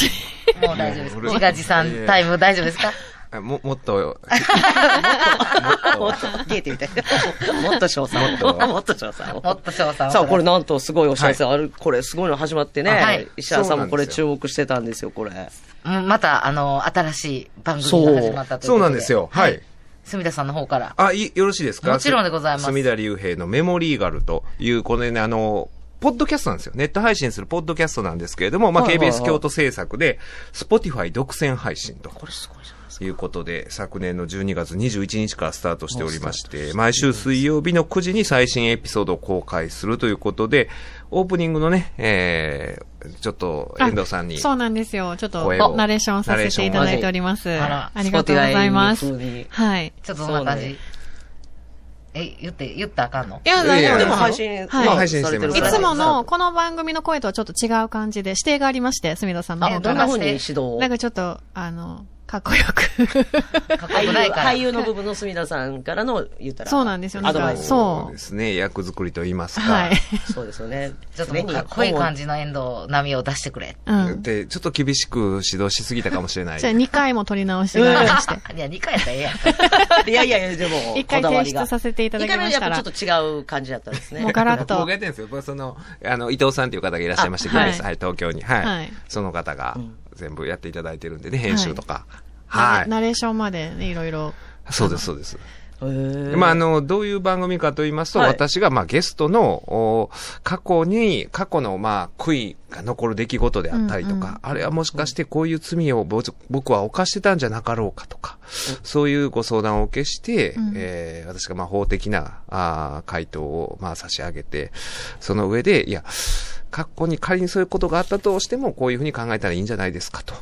[SPEAKER 3] てる。
[SPEAKER 1] もう大丈夫です。
[SPEAKER 5] もう
[SPEAKER 1] 自画自賛タイム大丈夫ですか
[SPEAKER 5] あも、もっと、
[SPEAKER 3] もっとゲーテみたいな。もっと賞賛
[SPEAKER 5] もっと
[SPEAKER 3] を。もっと賞賛を。
[SPEAKER 1] もっと翔さん
[SPEAKER 3] さあ、これなんとすごいお知らせある。これすごいの始まってね。
[SPEAKER 1] はい
[SPEAKER 3] 石原さんもこれ
[SPEAKER 5] そ
[SPEAKER 3] 注目してたんですよ、これ。
[SPEAKER 1] もうまた、あの、新しい番組が始まったということで。
[SPEAKER 5] そうなんですよ。はい。。
[SPEAKER 1] 住田さんの方から。
[SPEAKER 5] あ、い、よろしいですか
[SPEAKER 1] もちろんでございます
[SPEAKER 5] 隅田隆平のメモリーガルという、このね、あの、ポッドキャストなんですよ。ネット配信するポッドキャストなんですけれども、まあ、
[SPEAKER 3] はいはいはい
[SPEAKER 5] KBS 京都制作で、Spotify 独占配信と。
[SPEAKER 3] これすごいじゃないですか。
[SPEAKER 5] ということで、昨年の12月21日からスタートしておりまして、毎週水曜日の9時に最新エピソードを公開するということで、オープニングのね、えー、ちょっと遠藤さんに、
[SPEAKER 4] そうなんですよ。ちょっ
[SPEAKER 5] 声
[SPEAKER 4] と
[SPEAKER 5] を
[SPEAKER 4] ナレーションさせていただいております。
[SPEAKER 1] あら
[SPEAKER 4] ありがとうございます。
[SPEAKER 3] Spotify に
[SPEAKER 4] はい。
[SPEAKER 1] ちょっとどんな感
[SPEAKER 3] そう
[SPEAKER 1] じ
[SPEAKER 3] ね
[SPEAKER 1] え、言って、言ったらあかんの
[SPEAKER 4] いや、
[SPEAKER 5] い
[SPEAKER 4] 大丈
[SPEAKER 5] や
[SPEAKER 4] 夫
[SPEAKER 5] いや
[SPEAKER 3] で
[SPEAKER 4] で
[SPEAKER 3] すも
[SPEAKER 4] よ
[SPEAKER 3] 配信、
[SPEAKER 4] はい
[SPEAKER 5] まあ配信してま
[SPEAKER 3] る
[SPEAKER 5] す
[SPEAKER 4] いつものこの番組の声とはちょっと違う感じで指定がありまして、住田さんの
[SPEAKER 1] え
[SPEAKER 4] 方
[SPEAKER 1] ど
[SPEAKER 4] か
[SPEAKER 1] ん
[SPEAKER 4] ら
[SPEAKER 1] な。
[SPEAKER 3] 風に指導を
[SPEAKER 4] なんかちょっと、あの、
[SPEAKER 6] かっこよく。
[SPEAKER 1] かっこよ
[SPEAKER 3] 俳優
[SPEAKER 1] くないから。
[SPEAKER 3] 俳優の部分の隅田さんからの言ったら。
[SPEAKER 6] そうなんですよ。な
[SPEAKER 3] ア
[SPEAKER 6] ん
[SPEAKER 3] ドバ
[SPEAKER 6] か、
[SPEAKER 3] イス。
[SPEAKER 6] そ
[SPEAKER 5] ですね。役作りと言います
[SPEAKER 6] う。
[SPEAKER 5] か。
[SPEAKER 6] はい。
[SPEAKER 3] そうですよね。
[SPEAKER 1] ちょっともうかっこいい感じの遠藤波を出してくれ。
[SPEAKER 6] うん。
[SPEAKER 5] で、ちょっと厳しく指導しすぎたかもしれない。
[SPEAKER 6] じゃあ2回も撮り直しがありまして。
[SPEAKER 1] いや、2回やったらええやん。
[SPEAKER 3] じ。いやいやいや、でも、
[SPEAKER 6] 一回
[SPEAKER 3] こだわり
[SPEAKER 6] 提出
[SPEAKER 3] が
[SPEAKER 6] させていただきましたら
[SPEAKER 3] 一回目はやっぱちょっと違う感じだったんですね。
[SPEAKER 6] もうガラッ
[SPEAKER 5] 僕
[SPEAKER 6] と
[SPEAKER 5] が。やってるんですよ。僕はその、あの、伊藤さんという方がいらっしゃいまして、
[SPEAKER 6] あ
[SPEAKER 5] グレース、
[SPEAKER 6] は
[SPEAKER 5] はい、東京に。はい。
[SPEAKER 6] はい
[SPEAKER 5] その方が
[SPEAKER 3] うん
[SPEAKER 5] 全部やっていただいてるんでね、編集とか。
[SPEAKER 6] ナ
[SPEAKER 5] は
[SPEAKER 6] レ
[SPEAKER 5] い。
[SPEAKER 6] ナレーションまでね、いろいろ。
[SPEAKER 5] そうです、そうです。ま
[SPEAKER 3] ま
[SPEAKER 5] あ、あの、どういう番組かと言いますと、
[SPEAKER 3] はい
[SPEAKER 5] 私が、まあ、ゲストの、お過去に、過去の、まあ、悔いが残る出来事であったりとか、
[SPEAKER 6] うんうん
[SPEAKER 5] あれはもしかしてこういう罪をぼ僕は犯してたんじゃなかろうかとか、そういうご相談を受けして、
[SPEAKER 6] うん
[SPEAKER 5] えー私が、まあ、法的な、あー回答を、まあ、差し上げて、その上で、いや、過去に仮にそういうことがあったとしても、こういうふうに考えたらいいんじゃないですかと。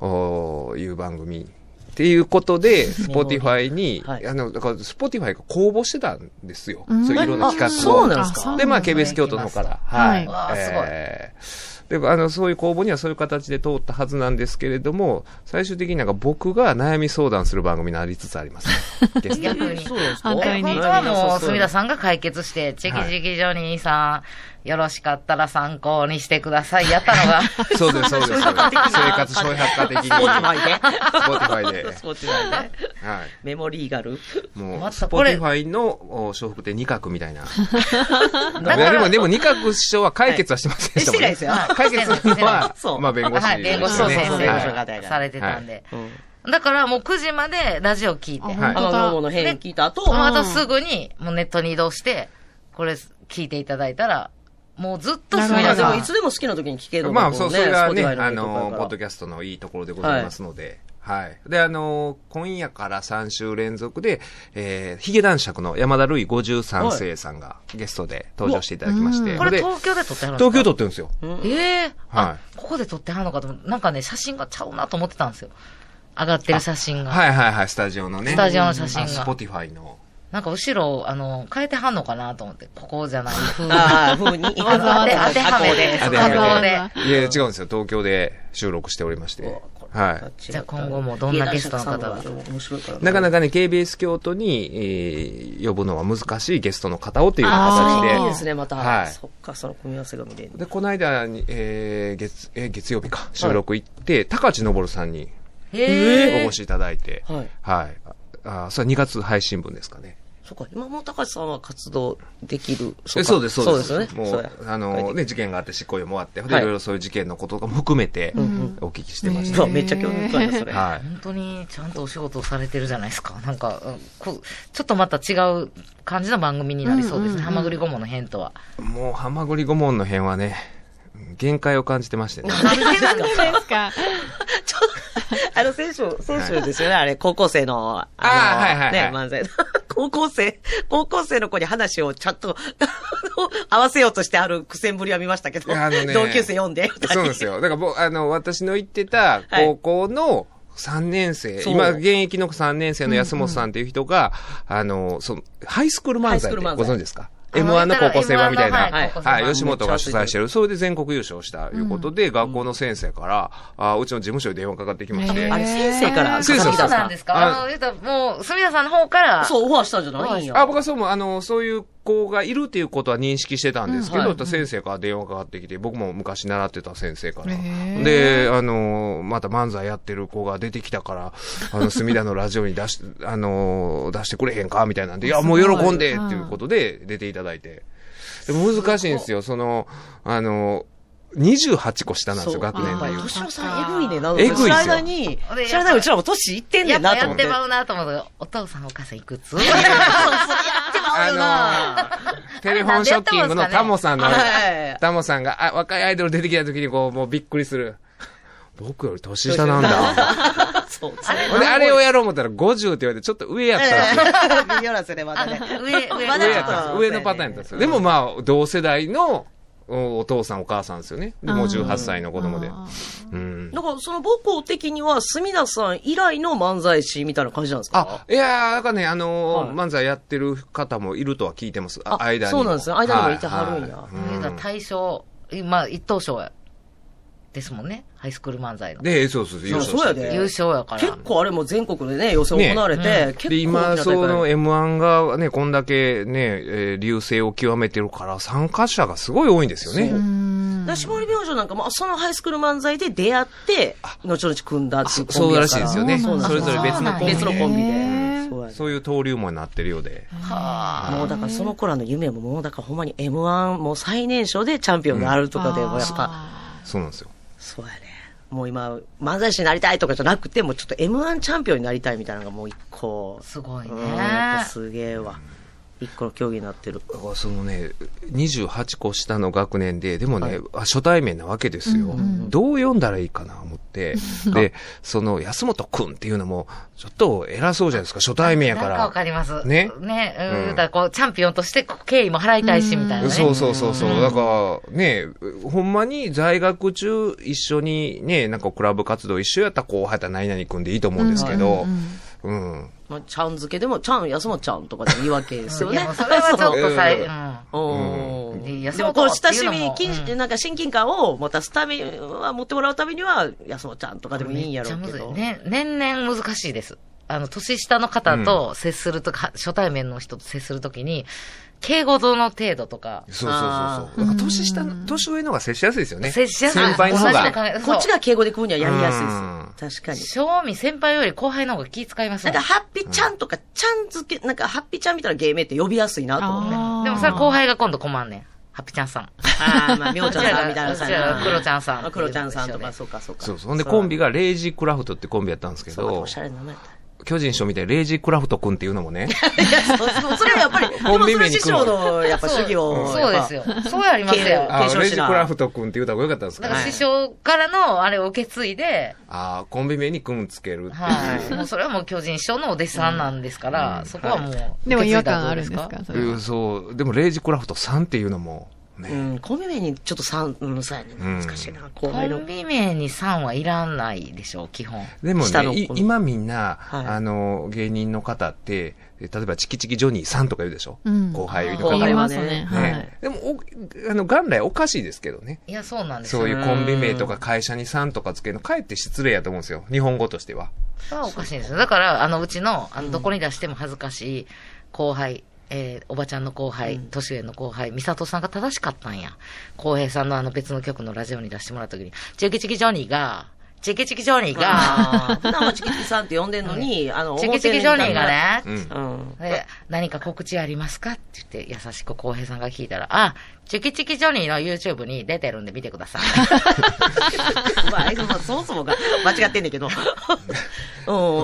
[SPEAKER 5] おーいう番組。っていうことで、スポティファイに、
[SPEAKER 3] はい
[SPEAKER 5] あの、だから、スポティファイが公募してたんですよ。
[SPEAKER 6] うん
[SPEAKER 5] そういういろんな
[SPEAKER 3] あ
[SPEAKER 5] 企画
[SPEAKER 3] そう
[SPEAKER 5] を。
[SPEAKER 3] なんです
[SPEAKER 6] あ
[SPEAKER 3] か
[SPEAKER 6] そうなん
[SPEAKER 5] で、まあ、
[SPEAKER 6] ですね
[SPEAKER 5] KBS 京都の方から。
[SPEAKER 6] はい
[SPEAKER 1] わあ
[SPEAKER 5] えーで、あの、そういう公募にはそういう形で通ったはずなんですけれども、最終的になんか僕が悩み相談する番組になりつつあ ります。ゲスト
[SPEAKER 1] 逆に。
[SPEAKER 3] そうなんですか
[SPEAKER 6] 反対に
[SPEAKER 1] 本当はもう、隅田さんが解決して、チェキチェキジョニーさん、よろしかったら参考にしてください。やったのが、
[SPEAKER 5] そうです、そうです。生活小百科的に。スポティファイで。スポティファイで。
[SPEAKER 3] スポーツなんで。
[SPEAKER 5] はい。
[SPEAKER 3] メモリーガル。
[SPEAKER 5] も
[SPEAKER 1] ま
[SPEAKER 5] う、ス
[SPEAKER 1] た
[SPEAKER 5] ポ
[SPEAKER 1] こ
[SPEAKER 5] ティ
[SPEAKER 1] れ
[SPEAKER 5] ファイのお笑福亭二角みたいな。
[SPEAKER 1] ら
[SPEAKER 5] いやでも、でも二角師匠は解決はしてませんでしたもんね。
[SPEAKER 3] はいしてないです
[SPEAKER 1] よ
[SPEAKER 5] 解決するのは
[SPEAKER 3] そう、
[SPEAKER 5] まあ弁護士、
[SPEAKER 1] はい、弁護士の先
[SPEAKER 3] そうそ
[SPEAKER 1] 生
[SPEAKER 3] う弁護士の
[SPEAKER 1] が
[SPEAKER 3] 方が
[SPEAKER 1] されてたんで。だからもう9時までラジオ聞いて、
[SPEAKER 6] あ
[SPEAKER 1] も
[SPEAKER 5] は
[SPEAKER 6] 本
[SPEAKER 3] あ
[SPEAKER 5] い
[SPEAKER 6] 当
[SPEAKER 3] の、
[SPEAKER 6] だ
[SPEAKER 3] ノーの変聞いた後、
[SPEAKER 1] う
[SPEAKER 6] あ
[SPEAKER 1] あとすぐにもうネットに移動して、これ聞いていただいたら、もうずっと
[SPEAKER 6] な
[SPEAKER 1] 隅田
[SPEAKER 6] るほ
[SPEAKER 3] で
[SPEAKER 6] ど
[SPEAKER 1] さ
[SPEAKER 3] も
[SPEAKER 1] ん
[SPEAKER 3] い。つでも好きな時に聞けるの
[SPEAKER 5] まあ、そう、それがね、あの、ポッド
[SPEAKER 3] ー
[SPEAKER 5] キャストのいいところでございますので。はい。で、あの、今夜から3週連続で、えー、ヒゲ男爵の山田るい53世さんがゲストで登場していただきまして。
[SPEAKER 6] う
[SPEAKER 1] これ
[SPEAKER 5] で
[SPEAKER 1] 東京で撮ってはるんですか
[SPEAKER 5] 東京撮ってるんですよ。
[SPEAKER 1] ええ
[SPEAKER 5] は
[SPEAKER 1] あ
[SPEAKER 5] い、
[SPEAKER 1] ここで撮ってはるのかと思って、なんかね、写真がちゃうなと思ってたんですよ。上がってる写真が。
[SPEAKER 5] はいはいはい、スタジオのね。
[SPEAKER 1] スタジオの写真が
[SPEAKER 5] あスポティファイの。
[SPEAKER 1] なんか後ろ、あの、変えてはんのかなと思って、ここじゃない風に。あ
[SPEAKER 3] ああ、ふうに。
[SPEAKER 1] の当て当てはめで。
[SPEAKER 5] 当
[SPEAKER 1] 当て
[SPEAKER 5] ては
[SPEAKER 1] は
[SPEAKER 5] めで
[SPEAKER 1] めで。
[SPEAKER 5] いや、違うんですよ。東京で収録しておりまして。はい。
[SPEAKER 1] じゃあ今後もどんなゲストの方が
[SPEAKER 3] 面白いから
[SPEAKER 5] なかな
[SPEAKER 3] か。
[SPEAKER 5] かね、KBS 京都に、えー呼ぶのは難しいゲストの方をという形
[SPEAKER 6] あ
[SPEAKER 5] で。
[SPEAKER 6] ー
[SPEAKER 3] いいですね、また。
[SPEAKER 5] はい
[SPEAKER 3] そっか、その組み合わせが見れる。
[SPEAKER 5] で、この間に、えー月、えー月曜日か、収録行って、高知昇さんに
[SPEAKER 1] へ
[SPEAKER 5] お
[SPEAKER 1] え
[SPEAKER 5] 越。しいただいて、
[SPEAKER 3] はい。
[SPEAKER 5] はい。あ、それは2月配信分ですかね。
[SPEAKER 3] そっか、今も高橋さんは活動できる。
[SPEAKER 5] え
[SPEAKER 3] っか
[SPEAKER 5] そうです、そうです。
[SPEAKER 3] そうですよね。
[SPEAKER 5] も
[SPEAKER 3] そうや
[SPEAKER 5] う、あの、ね、事件があって執行猶予もあって、で
[SPEAKER 3] はい
[SPEAKER 5] いろいろそういう事件のことも含めて、
[SPEAKER 3] ん
[SPEAKER 5] お聞きしてまし
[SPEAKER 3] そ
[SPEAKER 5] た
[SPEAKER 3] う、。めっちゃ興味深いな、それ。
[SPEAKER 5] はい。
[SPEAKER 1] 本当にちゃんとお仕事をされてるじゃないですか。なんか、うんこちょっとまた違う感じの番組になりそうですね。ハマグリ顧問の編とは。
[SPEAKER 5] もう、ハマグリ顧問の辺はね、限界を感じてましてね。
[SPEAKER 6] そうですか。
[SPEAKER 3] ちょあの、選手、選手ですよね、あれ、高校生の、あの、
[SPEAKER 5] あーはいはいはい
[SPEAKER 3] ね、漫才の。 高校生、高校生の子に話をちゃんと、 あの合わせようとしてある苦戦ぶりは見ましたけど、
[SPEAKER 5] いやあのね
[SPEAKER 3] 同級生読んで。
[SPEAKER 5] そうなんですよ。だから僕、あの、私の行ってた
[SPEAKER 3] はい
[SPEAKER 5] 高校の3年生、
[SPEAKER 3] そう
[SPEAKER 5] 今、現役の3年生の安本さんっていう人が、あの、その、ハイスクール漫
[SPEAKER 3] ハイス
[SPEAKER 5] 才
[SPEAKER 3] ク
[SPEAKER 5] っ
[SPEAKER 3] ー
[SPEAKER 5] て
[SPEAKER 3] ル
[SPEAKER 5] ご
[SPEAKER 3] 漫才
[SPEAKER 5] 存知ですか
[SPEAKER 1] あの
[SPEAKER 5] ?M1 の高校生版みたいな。
[SPEAKER 1] M1 のはい
[SPEAKER 5] は
[SPEAKER 1] 高校生
[SPEAKER 5] い、
[SPEAKER 1] 版
[SPEAKER 5] 吉本が主催してる。それで全国優勝したいうことで、学校の先生から、あうちの事務所に電話かかってきまし
[SPEAKER 6] へ
[SPEAKER 5] て
[SPEAKER 6] ー
[SPEAKER 3] あ、れ、先生から、
[SPEAKER 5] 先生
[SPEAKER 1] そう
[SPEAKER 5] か
[SPEAKER 1] なんですかあの、言うたらもう、すみださんの方から、
[SPEAKER 3] そう、オファーしたんじゃないんや。
[SPEAKER 5] あ、僕はそうも、あの、そういう子がいるっていうことは認識してたんですけど、
[SPEAKER 1] うんはい
[SPEAKER 5] やっぱ先生から電話かかってきて、僕も昔習ってた先生から
[SPEAKER 6] へ。ー
[SPEAKER 5] で、あの、また漫才やってる子が出てきたから、あの、隅田のラジオに出し、 あの、出してくれへんかみたいなんで、いや、もう喜んでっていうことで出ていただいて。で難しいんですよ、その、あの、28個下なんですよ、学年
[SPEAKER 6] あ
[SPEAKER 5] で
[SPEAKER 6] ー
[SPEAKER 5] いう。
[SPEAKER 3] 年のさん、えぐいねんな。
[SPEAKER 5] えぐいっすよ
[SPEAKER 3] 知らないに
[SPEAKER 1] あれ、
[SPEAKER 3] 知らないうちらも年いってんね
[SPEAKER 1] やっ
[SPEAKER 3] んな
[SPEAKER 1] ぱ
[SPEAKER 3] と
[SPEAKER 1] や
[SPEAKER 3] 思っ。
[SPEAKER 1] っててまうなと思ったけど、お父さんお母さんいく つ
[SPEAKER 5] あの、テレフォンショッキングのタモさんの
[SPEAKER 3] あれなんでやったんですかね、
[SPEAKER 5] タモさんが、あ、若いアイドル出てきた時にこう、もうびっくりする。僕より年下なんだ。
[SPEAKER 3] そう、
[SPEAKER 5] ほんで、あれをやろう思ったら50って言われて、ちょっと上やったんですよ。
[SPEAKER 3] 微妙なんですよね、まだね。
[SPEAKER 1] 上、上、
[SPEAKER 3] まだ
[SPEAKER 5] 上
[SPEAKER 3] ちょ
[SPEAKER 5] や
[SPEAKER 3] っと
[SPEAKER 5] ったんですよ上のパターンやったんですよ。でもまあ、同世代のおお父さんお母さんですよね。でもう18歳の子供で。
[SPEAKER 6] あ
[SPEAKER 5] うん。
[SPEAKER 3] なんか、その母校的には、隅田さん以来の漫才師みたいな感じなんです
[SPEAKER 5] あ
[SPEAKER 3] か、
[SPEAKER 5] いやー、なんかね、あの
[SPEAKER 3] は
[SPEAKER 5] ー漫才やってる方もいるとは聞いてます。あ
[SPEAKER 3] あ
[SPEAKER 5] 間にも。
[SPEAKER 3] そうなんですね間にもいてはるんや
[SPEAKER 5] は
[SPEAKER 1] 言うたら
[SPEAKER 5] い
[SPEAKER 1] 大賞、まあ、一等賞やですもんね。ハイスクール漫才の。
[SPEAKER 5] で、そうそうそう、優勝
[SPEAKER 3] そうや
[SPEAKER 5] し
[SPEAKER 3] で
[SPEAKER 5] て。
[SPEAKER 1] 優勝やから。
[SPEAKER 3] 結構あれも全国でね、予選行われて、
[SPEAKER 1] ね
[SPEAKER 3] 結構
[SPEAKER 5] で、今、
[SPEAKER 3] 大きな大
[SPEAKER 5] そ
[SPEAKER 3] 会
[SPEAKER 5] の M1 がね、こんだけね、えー流星を極めてるから、参加者がすごい多いんですよ
[SPEAKER 3] そう
[SPEAKER 5] ね。
[SPEAKER 3] だから絞り明星なんかも、そのハイスクール漫才で出会って、後々組んだっていうコン
[SPEAKER 5] そう
[SPEAKER 3] ビ
[SPEAKER 5] ら
[SPEAKER 3] や
[SPEAKER 5] しい
[SPEAKER 3] か
[SPEAKER 5] で
[SPEAKER 3] ら。
[SPEAKER 5] すよね。
[SPEAKER 6] そうなんだ
[SPEAKER 5] それぞれ別のコンビ
[SPEAKER 3] 別のコンビ
[SPEAKER 6] へ
[SPEAKER 3] で
[SPEAKER 6] ー。
[SPEAKER 3] そうやね
[SPEAKER 5] そういう登竜門になってるようで。
[SPEAKER 1] はあ。
[SPEAKER 3] もうだからその子らの夢ももうだからほんまに M1 もう最年少でチャンピオンになるとかでもやっぱ、
[SPEAKER 6] あ
[SPEAKER 5] そうなんですよ。
[SPEAKER 3] そうやね。もう今、漫才師になりたいとかじゃなくて、もうちょっと M1 チャンピオンになりたいみたいなのがもう一個。
[SPEAKER 1] すごいね
[SPEAKER 3] うんやっぱすげえわ。一個の競技になってる。
[SPEAKER 5] だからそのね、28個下の学年で、でもね、あ初対面なわけですよ。どう読んだらいいかな思って。で、その、安本くんっていうのも、ちょっと偉そうじゃないですか、初対面や
[SPEAKER 1] な
[SPEAKER 5] か。
[SPEAKER 1] んかわからります。
[SPEAKER 5] ね
[SPEAKER 1] ね。うん
[SPEAKER 5] うん
[SPEAKER 1] 言うたらこう、チャンピオンとしてこう敬意も払いたいし、みたいなね。
[SPEAKER 5] そうそうそうそう。だから、ね、ほんまに在学中一緒にね、なんかクラブ活動一緒やった後輩やったら何々くんでいいと思うんですけど、うん。
[SPEAKER 3] まあ、ちゃん付けでも、ちゃん、安本ちゃんとかでも言い訳ですよ
[SPEAKER 1] い
[SPEAKER 3] ね
[SPEAKER 1] やもう。それはち ょっとさ、
[SPEAKER 5] そう
[SPEAKER 1] うん。
[SPEAKER 3] おー
[SPEAKER 1] うんいや
[SPEAKER 3] でもこう
[SPEAKER 1] そう
[SPEAKER 3] 親
[SPEAKER 1] か
[SPEAKER 3] しみ、
[SPEAKER 1] っていうのも
[SPEAKER 3] 近なんか親近感を持たすためは、持ってもらうためには、安本ちゃんとかでもいいんやろうけど。
[SPEAKER 1] めっちゃむずいね、年々難しいです。あの、年下の方と接するとか、初対面の人と接するときに、敬語の程度とか、
[SPEAKER 5] そうそうそうそう。だから年下の、年上の方が接しやすいですよね。
[SPEAKER 1] 接しやすい。
[SPEAKER 5] 先輩の方
[SPEAKER 1] 同じ
[SPEAKER 5] が
[SPEAKER 1] 考。え
[SPEAKER 3] こっち
[SPEAKER 1] そう
[SPEAKER 3] が敬語で組むにはやりやす
[SPEAKER 5] うん
[SPEAKER 3] いです。確かに。
[SPEAKER 1] 正味先輩より後輩の方が気遣います
[SPEAKER 3] な
[SPEAKER 1] も
[SPEAKER 3] ん
[SPEAKER 1] ん
[SPEAKER 3] か、ハッピーちゃんとか、ちゃん付け、なんか、ハッピーちゃんみたいな芸名って呼びやすいなと思って。あ
[SPEAKER 6] あー
[SPEAKER 1] でもそれ後輩が今度困んねん。ハッピちゃんさん。
[SPEAKER 3] あー、まあ、みょうちゃんさんみたいな
[SPEAKER 1] うちら
[SPEAKER 3] さ。
[SPEAKER 1] が黒ちゃんさん
[SPEAKER 3] あ黒ちゃんさんとか、
[SPEAKER 1] って
[SPEAKER 3] そうか、そうか。
[SPEAKER 5] そうそう。ほんで、コンビがレイジークラフトってコンビやったんですけ
[SPEAKER 3] そうか、
[SPEAKER 5] ど
[SPEAKER 3] おし、ゃれな名前だった。
[SPEAKER 5] 巨人賞みたいにレイジークラフト君っていうのもね、
[SPEAKER 3] いや、そそそれはやっぱり、 で
[SPEAKER 5] コ
[SPEAKER 3] も
[SPEAKER 5] ンビ
[SPEAKER 3] そ
[SPEAKER 5] 名
[SPEAKER 3] れ
[SPEAKER 5] に
[SPEAKER 3] 師
[SPEAKER 5] 来るの
[SPEAKER 3] 匠の、やっぱ主義を。
[SPEAKER 1] そうそうですよ。そうやります
[SPEAKER 3] 敬語
[SPEAKER 1] よ。
[SPEAKER 5] あ
[SPEAKER 3] 継承しな
[SPEAKER 5] レイジークラフト君って言った方が良かったんですか
[SPEAKER 1] だ
[SPEAKER 5] ね
[SPEAKER 1] から。師匠からのあれを受け継いで、
[SPEAKER 5] あーコンビ名に君つけるっていう。
[SPEAKER 1] はい。もうそれはもう巨人師匠のお弟子さんなんですから、そこはもう受け継いだらどう。
[SPEAKER 6] ーでも違和感あるんですかそれ
[SPEAKER 5] うんそう。でも、レイジクラフトさんっていうのも、
[SPEAKER 3] う
[SPEAKER 5] ね。
[SPEAKER 3] ん、コンビ名にちょっと3、うん、そうやね。
[SPEAKER 5] うん
[SPEAKER 3] 難しいな。後
[SPEAKER 1] コ
[SPEAKER 3] 輩の
[SPEAKER 1] ン。ビ名にさんはいらないでしょう、基本。
[SPEAKER 5] でも
[SPEAKER 3] 下の
[SPEAKER 5] ね、
[SPEAKER 3] 子
[SPEAKER 5] い今みんな、
[SPEAKER 3] はい
[SPEAKER 5] あの、芸人の方って、え例えば、チキチキジョニーさんとか言うでしょ、
[SPEAKER 6] うん
[SPEAKER 5] 後輩
[SPEAKER 6] ー
[SPEAKER 5] の方
[SPEAKER 3] 後
[SPEAKER 6] 言い
[SPEAKER 3] 輩は
[SPEAKER 5] は。
[SPEAKER 6] ますね。は
[SPEAKER 5] ね
[SPEAKER 6] い。、
[SPEAKER 5] でもおあの、元来おかしいですけどね。
[SPEAKER 1] いや、そうなんですよ。
[SPEAKER 5] そういうコンビ名とか会社にさんとかつけるの、かえって失礼やと思うんですよ。日本語としては。
[SPEAKER 1] それはおかしいんですよ。だから、あの、うちの、あの、どこに出しても恥ずかしい後輩、えーおばちゃんの後輩、年上の後輩、美里さんが正しかったんや。浩平さんのあの別の局のラジオに出してもらった時に、チェキチェキジョニーが、チェキチェキジョニーが、
[SPEAKER 3] ああ。普段はチキチキさんって呼んでんのに、あの、
[SPEAKER 1] チェキチェキジョニーがね、
[SPEAKER 5] うん。
[SPEAKER 3] うん。
[SPEAKER 1] で、何か告知ありますかって言って、優しく浩平さんが聞いたら、あ、チュキチュキジョニーの YouTube に出てるんで見てください。
[SPEAKER 3] まあ、あいつもそもそもが間違ってんねんけど。う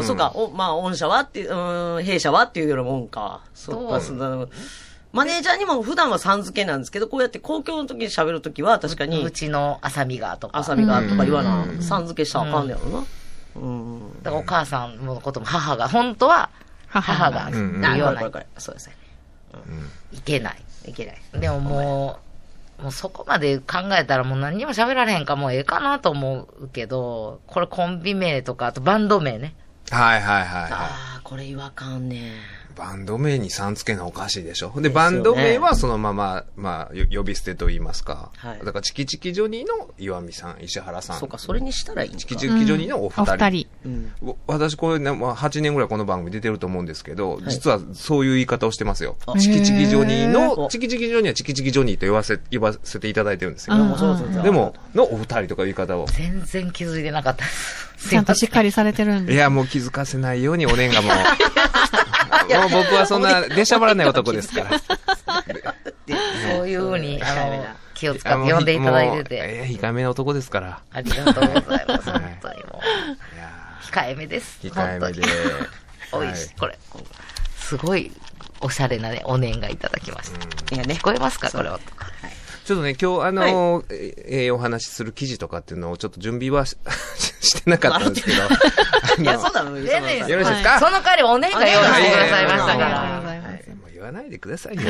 [SPEAKER 3] ん、そうか、おまあ、御社はって、うん、弊社はっていうようなもんか。そうか、
[SPEAKER 1] そ
[SPEAKER 3] そのマネージャーにも普段はさん付けなんですけど、こうやって公共の時に喋る時は確かに
[SPEAKER 1] う、ちのあさみがとか。
[SPEAKER 3] あさみがとか言わな、さん付けしたらあかんねやろな。うん。
[SPEAKER 1] だからお母さんのことも母が、本当は母
[SPEAKER 6] 母が
[SPEAKER 1] が
[SPEAKER 5] うんうん
[SPEAKER 1] 言
[SPEAKER 3] あ、こ
[SPEAKER 1] わ
[SPEAKER 3] れこ
[SPEAKER 1] な
[SPEAKER 3] れ
[SPEAKER 1] い
[SPEAKER 3] こ。れ。そうですね。
[SPEAKER 1] いけない。
[SPEAKER 3] いけない。
[SPEAKER 1] でももう、もうそこまで考えたらもう何にも喋られへんかもうええかなと思うけど、これコンビ名とか、あとバンド名ね。
[SPEAKER 5] はいはいはいは
[SPEAKER 3] あ
[SPEAKER 5] い。
[SPEAKER 3] あ、これ違和感ね。
[SPEAKER 5] バンド名にさんつけなおかしいでしょ。で、バンド名はそのまま、まあ、よ呼び捨てと言いますか。
[SPEAKER 3] はい
[SPEAKER 5] だから、チキチキジョニーの岩見さん、石原さん。
[SPEAKER 3] そうか、それにしたらいいん
[SPEAKER 5] チ
[SPEAKER 3] か
[SPEAKER 5] キ。チキジョニーのお二
[SPEAKER 6] お
[SPEAKER 5] 人。
[SPEAKER 6] 二人。
[SPEAKER 3] うん。
[SPEAKER 5] わ私、これね、まあ、8年ぐらいこの番組出てると思うんですけど、実はそういう言い方をしてますよ。チキチキジョニー
[SPEAKER 3] へー
[SPEAKER 5] の、チキチキジョニーはチキチキジョニーと言わせ、言わせていただいてるんですよ。
[SPEAKER 3] 面白いですね
[SPEAKER 5] で、も、のお二人とか言い方を。
[SPEAKER 1] 全然気づいてなかったです。す
[SPEAKER 6] ち
[SPEAKER 1] い
[SPEAKER 6] ゃん
[SPEAKER 1] ま
[SPEAKER 6] とし
[SPEAKER 1] せ
[SPEAKER 6] っかりされてるん
[SPEAKER 5] い
[SPEAKER 6] で。
[SPEAKER 5] や、もう気づかせないようにおねん がもう。もう僕はそんな、出しゃばらない男ですから。
[SPEAKER 1] んそういうふうに、あの、気を使
[SPEAKER 5] あ
[SPEAKER 1] っ
[SPEAKER 5] もう
[SPEAKER 1] て呼んでいただいて
[SPEAKER 5] もう
[SPEAKER 1] て。
[SPEAKER 5] えー控えめな男ですから。
[SPEAKER 1] ありがとうございます。
[SPEAKER 5] はい
[SPEAKER 1] 本当にも
[SPEAKER 5] いや
[SPEAKER 1] う。控えめです。
[SPEAKER 5] ー控えめで
[SPEAKER 1] 本。当に。お
[SPEAKER 5] は
[SPEAKER 1] い
[SPEAKER 5] い
[SPEAKER 1] しい。これ、すごい、おしゃれなね、お年がいただきました。
[SPEAKER 3] いやね
[SPEAKER 1] 聞。こえますかこれは。
[SPEAKER 5] ちょっとね、今日、あのー、えーお話しする記事とかっていうのをちょっと準備はし してなかった んですけど。
[SPEAKER 3] いや、そうなのよ。
[SPEAKER 1] 全然
[SPEAKER 5] よろしいですか、
[SPEAKER 1] その代わりお年が用意してくださいました
[SPEAKER 6] あり
[SPEAKER 1] か
[SPEAKER 6] がとうご
[SPEAKER 1] ら。
[SPEAKER 6] ざいます。
[SPEAKER 5] もう言わないでくださいよ。い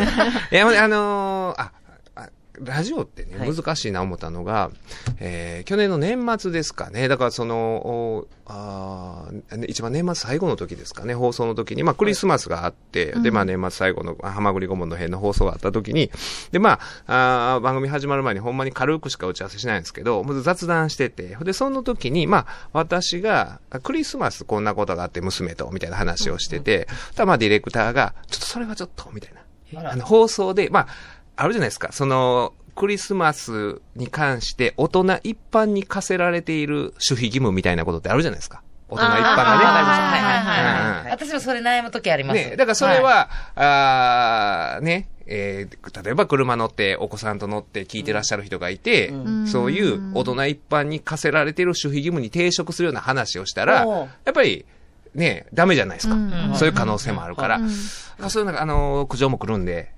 [SPEAKER 5] や、ほんであのーあ、あラジオってね、
[SPEAKER 3] はい
[SPEAKER 5] 難しいな思ったのが、えー去年の年末ですかね。だからその、おあーね一番年末最後の時ですかね、放送の時に、まあクリスマスがあって、で、まあ年末最後の、あはまぐり顧問の編の放送があった時に、で、まあ、あー番組始まる前にほんまに軽くしか打ち合わせしないんですけど、まず雑談してて、ほんで、その時に、まあ、私が、あクリスマスこんなことがあって娘と、みたいな話をしてて、ただまあディレクターが、ちょっとそれはちょっと、みたいな。あの、放送で、まあ、あるじゃないですか、その、クリスマスに関して、大人一般に課せられている守秘義務みたいなことってあるじゃないですか。大人一般がね。
[SPEAKER 1] はいはい
[SPEAKER 5] うん
[SPEAKER 1] は
[SPEAKER 5] う
[SPEAKER 1] い
[SPEAKER 5] ん
[SPEAKER 1] はい。私もそれ悩む時あります。
[SPEAKER 5] ね、だからそれは、ああーね、えー例えば車乗って、お子さんと乗って聞いてらっしゃる人がいて、
[SPEAKER 6] ん
[SPEAKER 5] そういう大人一般に課せられている守秘義務に抵触するような話をしたら、
[SPEAKER 3] おう
[SPEAKER 5] やっぱり、ね、ダメじゃないですか。
[SPEAKER 6] うん
[SPEAKER 5] そういう可能性もあるから、
[SPEAKER 6] うん
[SPEAKER 5] まあそういうなんか、あのー苦情も来るんで、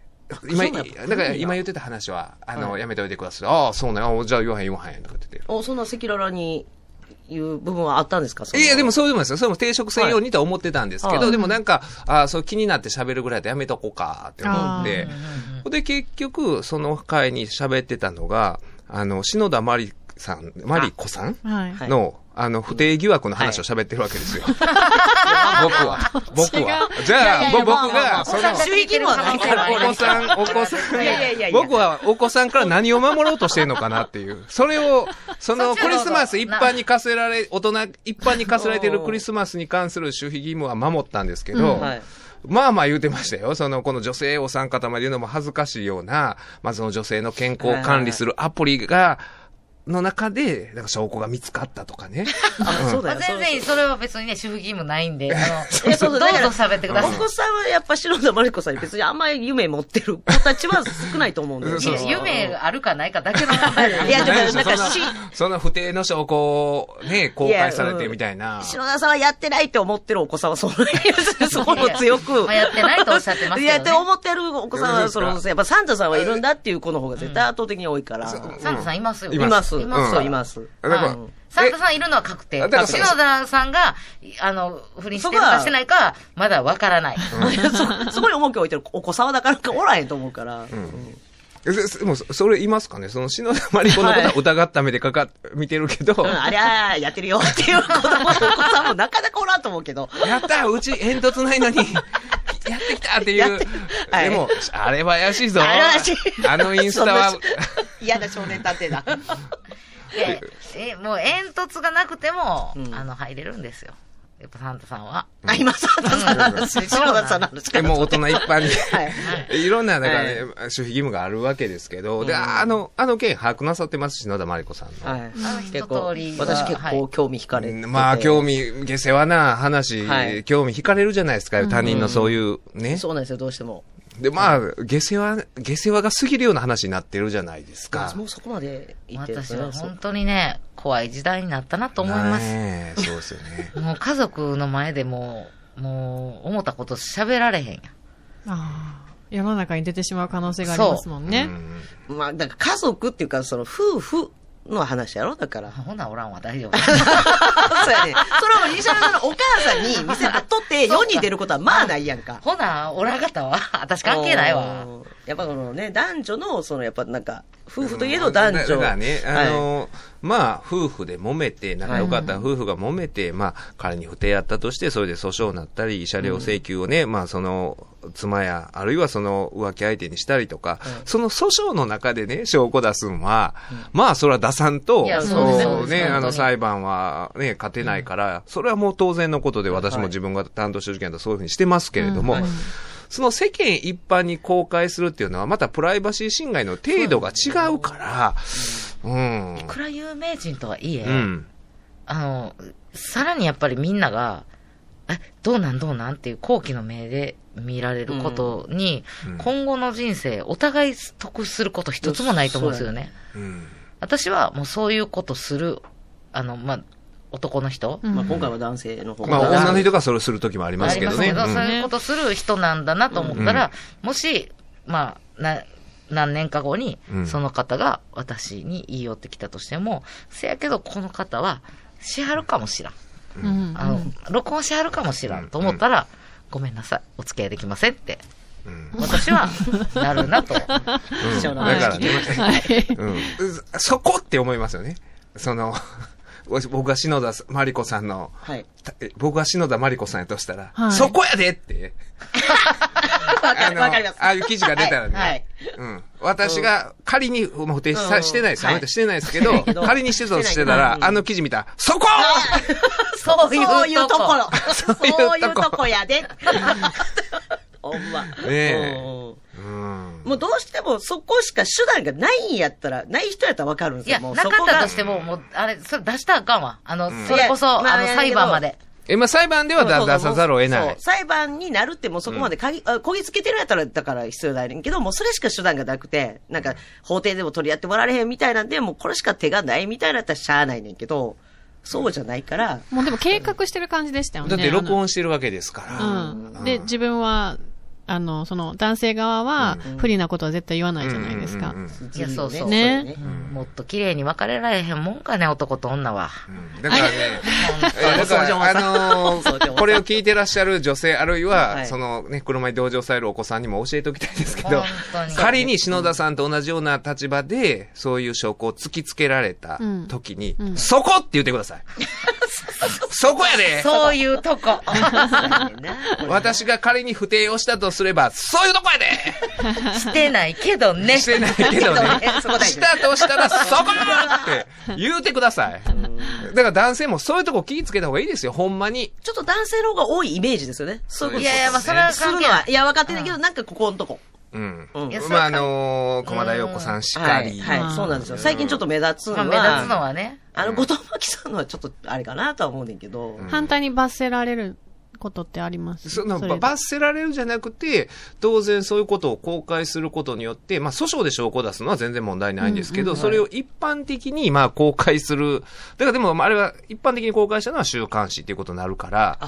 [SPEAKER 5] 今、
[SPEAKER 3] そうなんや
[SPEAKER 5] だから今言ってた話は、あの、
[SPEAKER 3] はい
[SPEAKER 5] やめておいてください。ああ、そうね、ああじゃあ言わへん言わへんとかって言って。
[SPEAKER 3] お、そんな赤裸々に言う部分はあったんですかその
[SPEAKER 5] いや、でもそうでもないですよ。それも定食専用にとは思ってたんですけど、
[SPEAKER 3] はい
[SPEAKER 5] でもなんか、ああ、そう気になって喋るぐらいでやめとこうかって思って、で、結局、その回に喋ってたのが、あの、篠田麻里さん、麻里子さん
[SPEAKER 6] はい。
[SPEAKER 3] はい
[SPEAKER 5] の、あの、不定疑惑の話を喋ってるわけですよ。僕は。僕は。じゃあ、ぼ僕が、その、
[SPEAKER 3] 収益もはないから
[SPEAKER 5] お子さん、お子さ
[SPEAKER 3] いやいやいや
[SPEAKER 5] ん、
[SPEAKER 3] いや
[SPEAKER 5] 僕はお子さんから何を守ろうとしてんのかなっていう。それを、そ
[SPEAKER 1] そ
[SPEAKER 5] の
[SPEAKER 1] っち
[SPEAKER 5] ク
[SPEAKER 1] の方
[SPEAKER 5] リ
[SPEAKER 1] が
[SPEAKER 5] スマス一般に課せられ、大人一般に課せられているクリスマスに関する守秘義務は守ったんですけど、
[SPEAKER 3] はい
[SPEAKER 5] まあまあ言うてましたよ。その、この女性お三方まで言うのも恥ずかしいような、まあその女性の健康を管理するアプリが、の中で、なんか証拠が見つかったとかね。
[SPEAKER 3] あ、そう
[SPEAKER 1] ま
[SPEAKER 3] だ
[SPEAKER 1] あ
[SPEAKER 3] よ。
[SPEAKER 1] 全然いい、それは別にね、主婦義務ないんで、あの
[SPEAKER 3] そうそう
[SPEAKER 1] どうぞ喋ってください
[SPEAKER 3] お。子さんはやっぱ篠田真理子さんに別にあんまり夢持ってる子たちは少ないと思うんで
[SPEAKER 5] そ
[SPEAKER 1] い
[SPEAKER 5] う
[SPEAKER 1] や夢があるかないかだけの問題なん
[SPEAKER 3] いやでも
[SPEAKER 5] ないでしょ
[SPEAKER 3] なんか
[SPEAKER 5] そんなそんな不定の証拠をね、公開されてみたいな。
[SPEAKER 3] 篠田さんはやってないって思ってるお子さんはそういう、そこも強く。
[SPEAKER 1] まあやってないとおっしゃってますけどね
[SPEAKER 3] やって思ってるお子さんは、そ
[SPEAKER 5] そう
[SPEAKER 3] の
[SPEAKER 5] で、す
[SPEAKER 3] やっぱサンタさんはいるんだっていう子の方が絶対圧倒的に多いから。
[SPEAKER 1] サンタさんいますよ。
[SPEAKER 5] い
[SPEAKER 3] い
[SPEAKER 5] ま
[SPEAKER 3] ます。
[SPEAKER 5] い
[SPEAKER 3] い
[SPEAKER 5] ま
[SPEAKER 3] ますす。そういます。
[SPEAKER 5] だから
[SPEAKER 1] はいサンタさんいるのは確定。
[SPEAKER 5] だから
[SPEAKER 1] 篠田さんが、あの、不倫してるかしてないかは、まだわからない。
[SPEAKER 3] そそこに重きを置いてるお子さんはなかなかおらへんと思うから。
[SPEAKER 5] えせでも、そそれ言いますかねその、篠田麻里子のことは疑った目でかかっ、見てるけど、
[SPEAKER 3] うん、ありゃー、やってるよっていう子供お子さんもなかなかおらんと思うけど。
[SPEAKER 5] やったーうち煙突ない のに、やってきたってい
[SPEAKER 3] やっ
[SPEAKER 5] う
[SPEAKER 3] て。はい
[SPEAKER 5] でも、あれは怪しいぞ。
[SPEAKER 3] あれは怪しい
[SPEAKER 5] あのインスタは
[SPEAKER 3] そん、 嫌な少年探偵だ。
[SPEAKER 1] でえ、もう煙突がなくても、あの、入れるんですよ。やっぱサンタさんは。
[SPEAKER 3] あ、今、サンタさんなんです。篠田さんなんです
[SPEAKER 5] で
[SPEAKER 3] か
[SPEAKER 5] もう大人一般
[SPEAKER 3] は
[SPEAKER 5] に、
[SPEAKER 3] い
[SPEAKER 5] い、ろんな、だからね、守秘義務があるわけですけど、で、あの、あの件把握なさってます、篠田麻里子さんの。
[SPEAKER 3] はい。
[SPEAKER 1] 一通りは
[SPEAKER 3] 私結
[SPEAKER 1] はい
[SPEAKER 3] 構興味惹かれてて。
[SPEAKER 5] まあ、興味、下世話な話、
[SPEAKER 3] はい
[SPEAKER 5] 興味惹かれるじゃないですか、他人のそういうね。
[SPEAKER 3] そうなんですよ、どうしても。
[SPEAKER 5] で、まあ、下世話、下世話が過ぎるような話になってるじゃないですか。
[SPEAKER 3] もうそこまで行ってるんです
[SPEAKER 1] 私
[SPEAKER 3] ね
[SPEAKER 1] は本当にね、怖い時代になったなと思います。
[SPEAKER 5] ねえそうですよ ね。
[SPEAKER 1] もう家族の前でもう、もう、思ったこと喋られへんやん。
[SPEAKER 6] ああ世の中に出てしまう可能性がありますもんね。
[SPEAKER 3] まあ、だから家族っていうか、その夫婦の話やろだから。
[SPEAKER 1] ほなおらんは大丈夫。
[SPEAKER 3] そうやね。それを西原さんのお母さんに見せたと って、世に出ることはまあないやんか。
[SPEAKER 1] ほな、おらんかったわ。私関係ないわ。
[SPEAKER 3] うん。やっぱこのね、男女の、そのやっぱなんか、夫婦といえど男
[SPEAKER 5] だ
[SPEAKER 3] 女。
[SPEAKER 5] からね、あ
[SPEAKER 3] はい、
[SPEAKER 5] の、まあ、夫婦で揉めて、仲良かった夫婦が揉めて、まあ、仮に不定やったとして、それで訴訟になったり、慰謝料請求をね、まあ、その、妻や、あるいはその浮気相手にしたりとか、その訴訟の中でね、証拠出すんは、まあ、それは出さんと
[SPEAKER 1] い、や
[SPEAKER 3] そうです
[SPEAKER 5] そうね、
[SPEAKER 1] そうです
[SPEAKER 5] あ
[SPEAKER 1] 本当
[SPEAKER 5] の、
[SPEAKER 1] に
[SPEAKER 5] 裁判はね、勝てないから、それはもう当然のことで、私も自分が担当してる件だとそういうふうにしてますけれども、その世間一般に公開するっていうのは、またプライバシー侵害の程度が違うから、うん。
[SPEAKER 1] いくら有名人とはいえ、
[SPEAKER 5] うん。
[SPEAKER 1] あの、さらにやっぱりみんなが、え、どうなんどうなんっていう好奇の目で見られることに、今後の人生、お互い得すること一つもないと思うんですよね。
[SPEAKER 5] うん。
[SPEAKER 1] 私はもうそういうことする、あの、まあ、男の人、
[SPEAKER 6] うん
[SPEAKER 3] まあ今回は男性の方
[SPEAKER 5] まあ、
[SPEAKER 1] だ
[SPEAKER 5] 女の人がそれをするときもありますけどね。
[SPEAKER 1] ありま
[SPEAKER 5] う
[SPEAKER 1] すけど、
[SPEAKER 5] ん
[SPEAKER 1] そういうことする人なんだなと思ったら、もし、まあ、な、何年か後に
[SPEAKER 5] う、ん
[SPEAKER 1] その方が私に言い寄ってきたとしても、せやけどこの方は、しはるかもしらん。
[SPEAKER 6] うん
[SPEAKER 1] あの、録音しはるかもしらんと思ったら、ごめんなさい、お付き合いできませんって私は、なるなと。
[SPEAKER 5] うん、
[SPEAKER 3] 貴重
[SPEAKER 5] だ
[SPEAKER 3] な
[SPEAKER 5] からね、
[SPEAKER 6] はい。
[SPEAKER 5] うん、そこって思いますよね。その、 わし僕が篠田真理子さんの、
[SPEAKER 3] はい。
[SPEAKER 5] たえ僕が篠田真理子さんやとしたら、
[SPEAKER 6] はい
[SPEAKER 5] そこやでって。
[SPEAKER 3] わか
[SPEAKER 5] あ
[SPEAKER 3] り
[SPEAKER 5] の
[SPEAKER 3] わかります。
[SPEAKER 5] ああいう記事が出たらね、
[SPEAKER 3] はいはい
[SPEAKER 5] うん、私が仮に、もう否定
[SPEAKER 3] う
[SPEAKER 5] さ
[SPEAKER 3] ん
[SPEAKER 5] してないですよ。
[SPEAKER 3] はい
[SPEAKER 5] あなたしてないですけ
[SPEAKER 3] してな
[SPEAKER 5] ど
[SPEAKER 3] いけど、
[SPEAKER 5] 仮にしてたとしてたら、あの記事見たら、そこ
[SPEAKER 1] そういう
[SPEAKER 3] そういうところ。
[SPEAKER 5] ういうとこ
[SPEAKER 3] そういうとこや で。ほんま。
[SPEAKER 5] え
[SPEAKER 3] うん
[SPEAKER 5] うん。
[SPEAKER 3] もうどうしてもそこしか手段がないんやったら、ない人やったらわかるんです
[SPEAKER 1] い
[SPEAKER 3] よ。
[SPEAKER 1] や、
[SPEAKER 3] も
[SPEAKER 1] なか
[SPEAKER 3] うそこ
[SPEAKER 1] っ
[SPEAKER 3] が
[SPEAKER 1] たとしても、もう、あれ、それ出したらあかんわ。あの、それこ
[SPEAKER 3] いや
[SPEAKER 1] そ、
[SPEAKER 3] まあ
[SPEAKER 1] あの、
[SPEAKER 3] やけど
[SPEAKER 1] 裁判まで。
[SPEAKER 5] え、まあ、裁判では
[SPEAKER 3] そうそう
[SPEAKER 5] 出
[SPEAKER 3] そう
[SPEAKER 5] さざるを得な
[SPEAKER 3] そう
[SPEAKER 5] い。
[SPEAKER 3] 裁判になるってもうそこまでかぎ、あこぎつけてるやったら、だから必要ないねんけど、もうそれしか手段がなくて、なんか法廷でも取り合ってもらえへんみたいなんで、もうこれしか手がないみたいなやったらしゃあないねんけど、そうじゃないから、
[SPEAKER 6] もうでも計画してる感じでしたよね。
[SPEAKER 5] だって録音してるわけですから。
[SPEAKER 6] あの。うん。で、自分は、あの、その、男性側は、不利なことは絶対言わないじゃないですか
[SPEAKER 5] うん。うんうん
[SPEAKER 1] いや、そうそう。
[SPEAKER 6] ね
[SPEAKER 3] ね
[SPEAKER 1] もっと綺麗に別れられへんもんかね、男と女は。
[SPEAKER 5] だからね、えーだか
[SPEAKER 3] そう
[SPEAKER 5] ら、あの
[SPEAKER 3] そうそう
[SPEAKER 5] ー、これを聞いてらっしゃる女性、あるい
[SPEAKER 3] は
[SPEAKER 5] は、
[SPEAKER 3] い
[SPEAKER 5] そのね、車に同乗されるお子さんにも教えておきたいですけど
[SPEAKER 1] 本当に、
[SPEAKER 5] 仮に篠田さんと同じような立場で、そういう証拠を突きつけられた
[SPEAKER 6] うん
[SPEAKER 5] 時に
[SPEAKER 6] う、ん
[SPEAKER 5] そこって言ってください。そこやで
[SPEAKER 1] そういうとこ。
[SPEAKER 5] 私が仮に不定をしたとすれば、そういうとこや
[SPEAKER 1] してないけどね。
[SPEAKER 5] でしてないけどね。
[SPEAKER 3] そこ大事
[SPEAKER 5] したとしたら、そこやって言うてください。だから男性もそういうとこ気ぃつけた方がいいですよ、ほんまに。
[SPEAKER 3] ちょっと男性の方が多いイメージですよね。そういうこと
[SPEAKER 1] いやいや、まあ、それは
[SPEAKER 3] する
[SPEAKER 1] 関
[SPEAKER 3] の
[SPEAKER 1] 係な
[SPEAKER 3] は、
[SPEAKER 1] い。
[SPEAKER 3] いや、分かってないけど、なんかここのとこ。
[SPEAKER 5] うん。
[SPEAKER 3] うん
[SPEAKER 1] いやそれ
[SPEAKER 5] まあ、
[SPEAKER 1] は
[SPEAKER 5] あのー、駒田陽子さんしかり。
[SPEAKER 3] はい、はい、そうなんですよ。最近ちょっと目立つの
[SPEAKER 1] ま
[SPEAKER 3] は、
[SPEAKER 1] あ、目立つのはね。
[SPEAKER 3] あの、後藤真希さんのはちょっとあれかなとは思うねんけど、
[SPEAKER 6] 反対に罰せられることってあります
[SPEAKER 5] その
[SPEAKER 6] れ
[SPEAKER 5] ば
[SPEAKER 6] で
[SPEAKER 5] 罰せられるじゃなくて、当然そういうことを公開することによって、まあ訴訟で証拠を出すのは全然問題ないんですけど、それを一般的にまあ公開する。だからでも、まああれは一般的に公開したのは週刊誌っていうことになるから、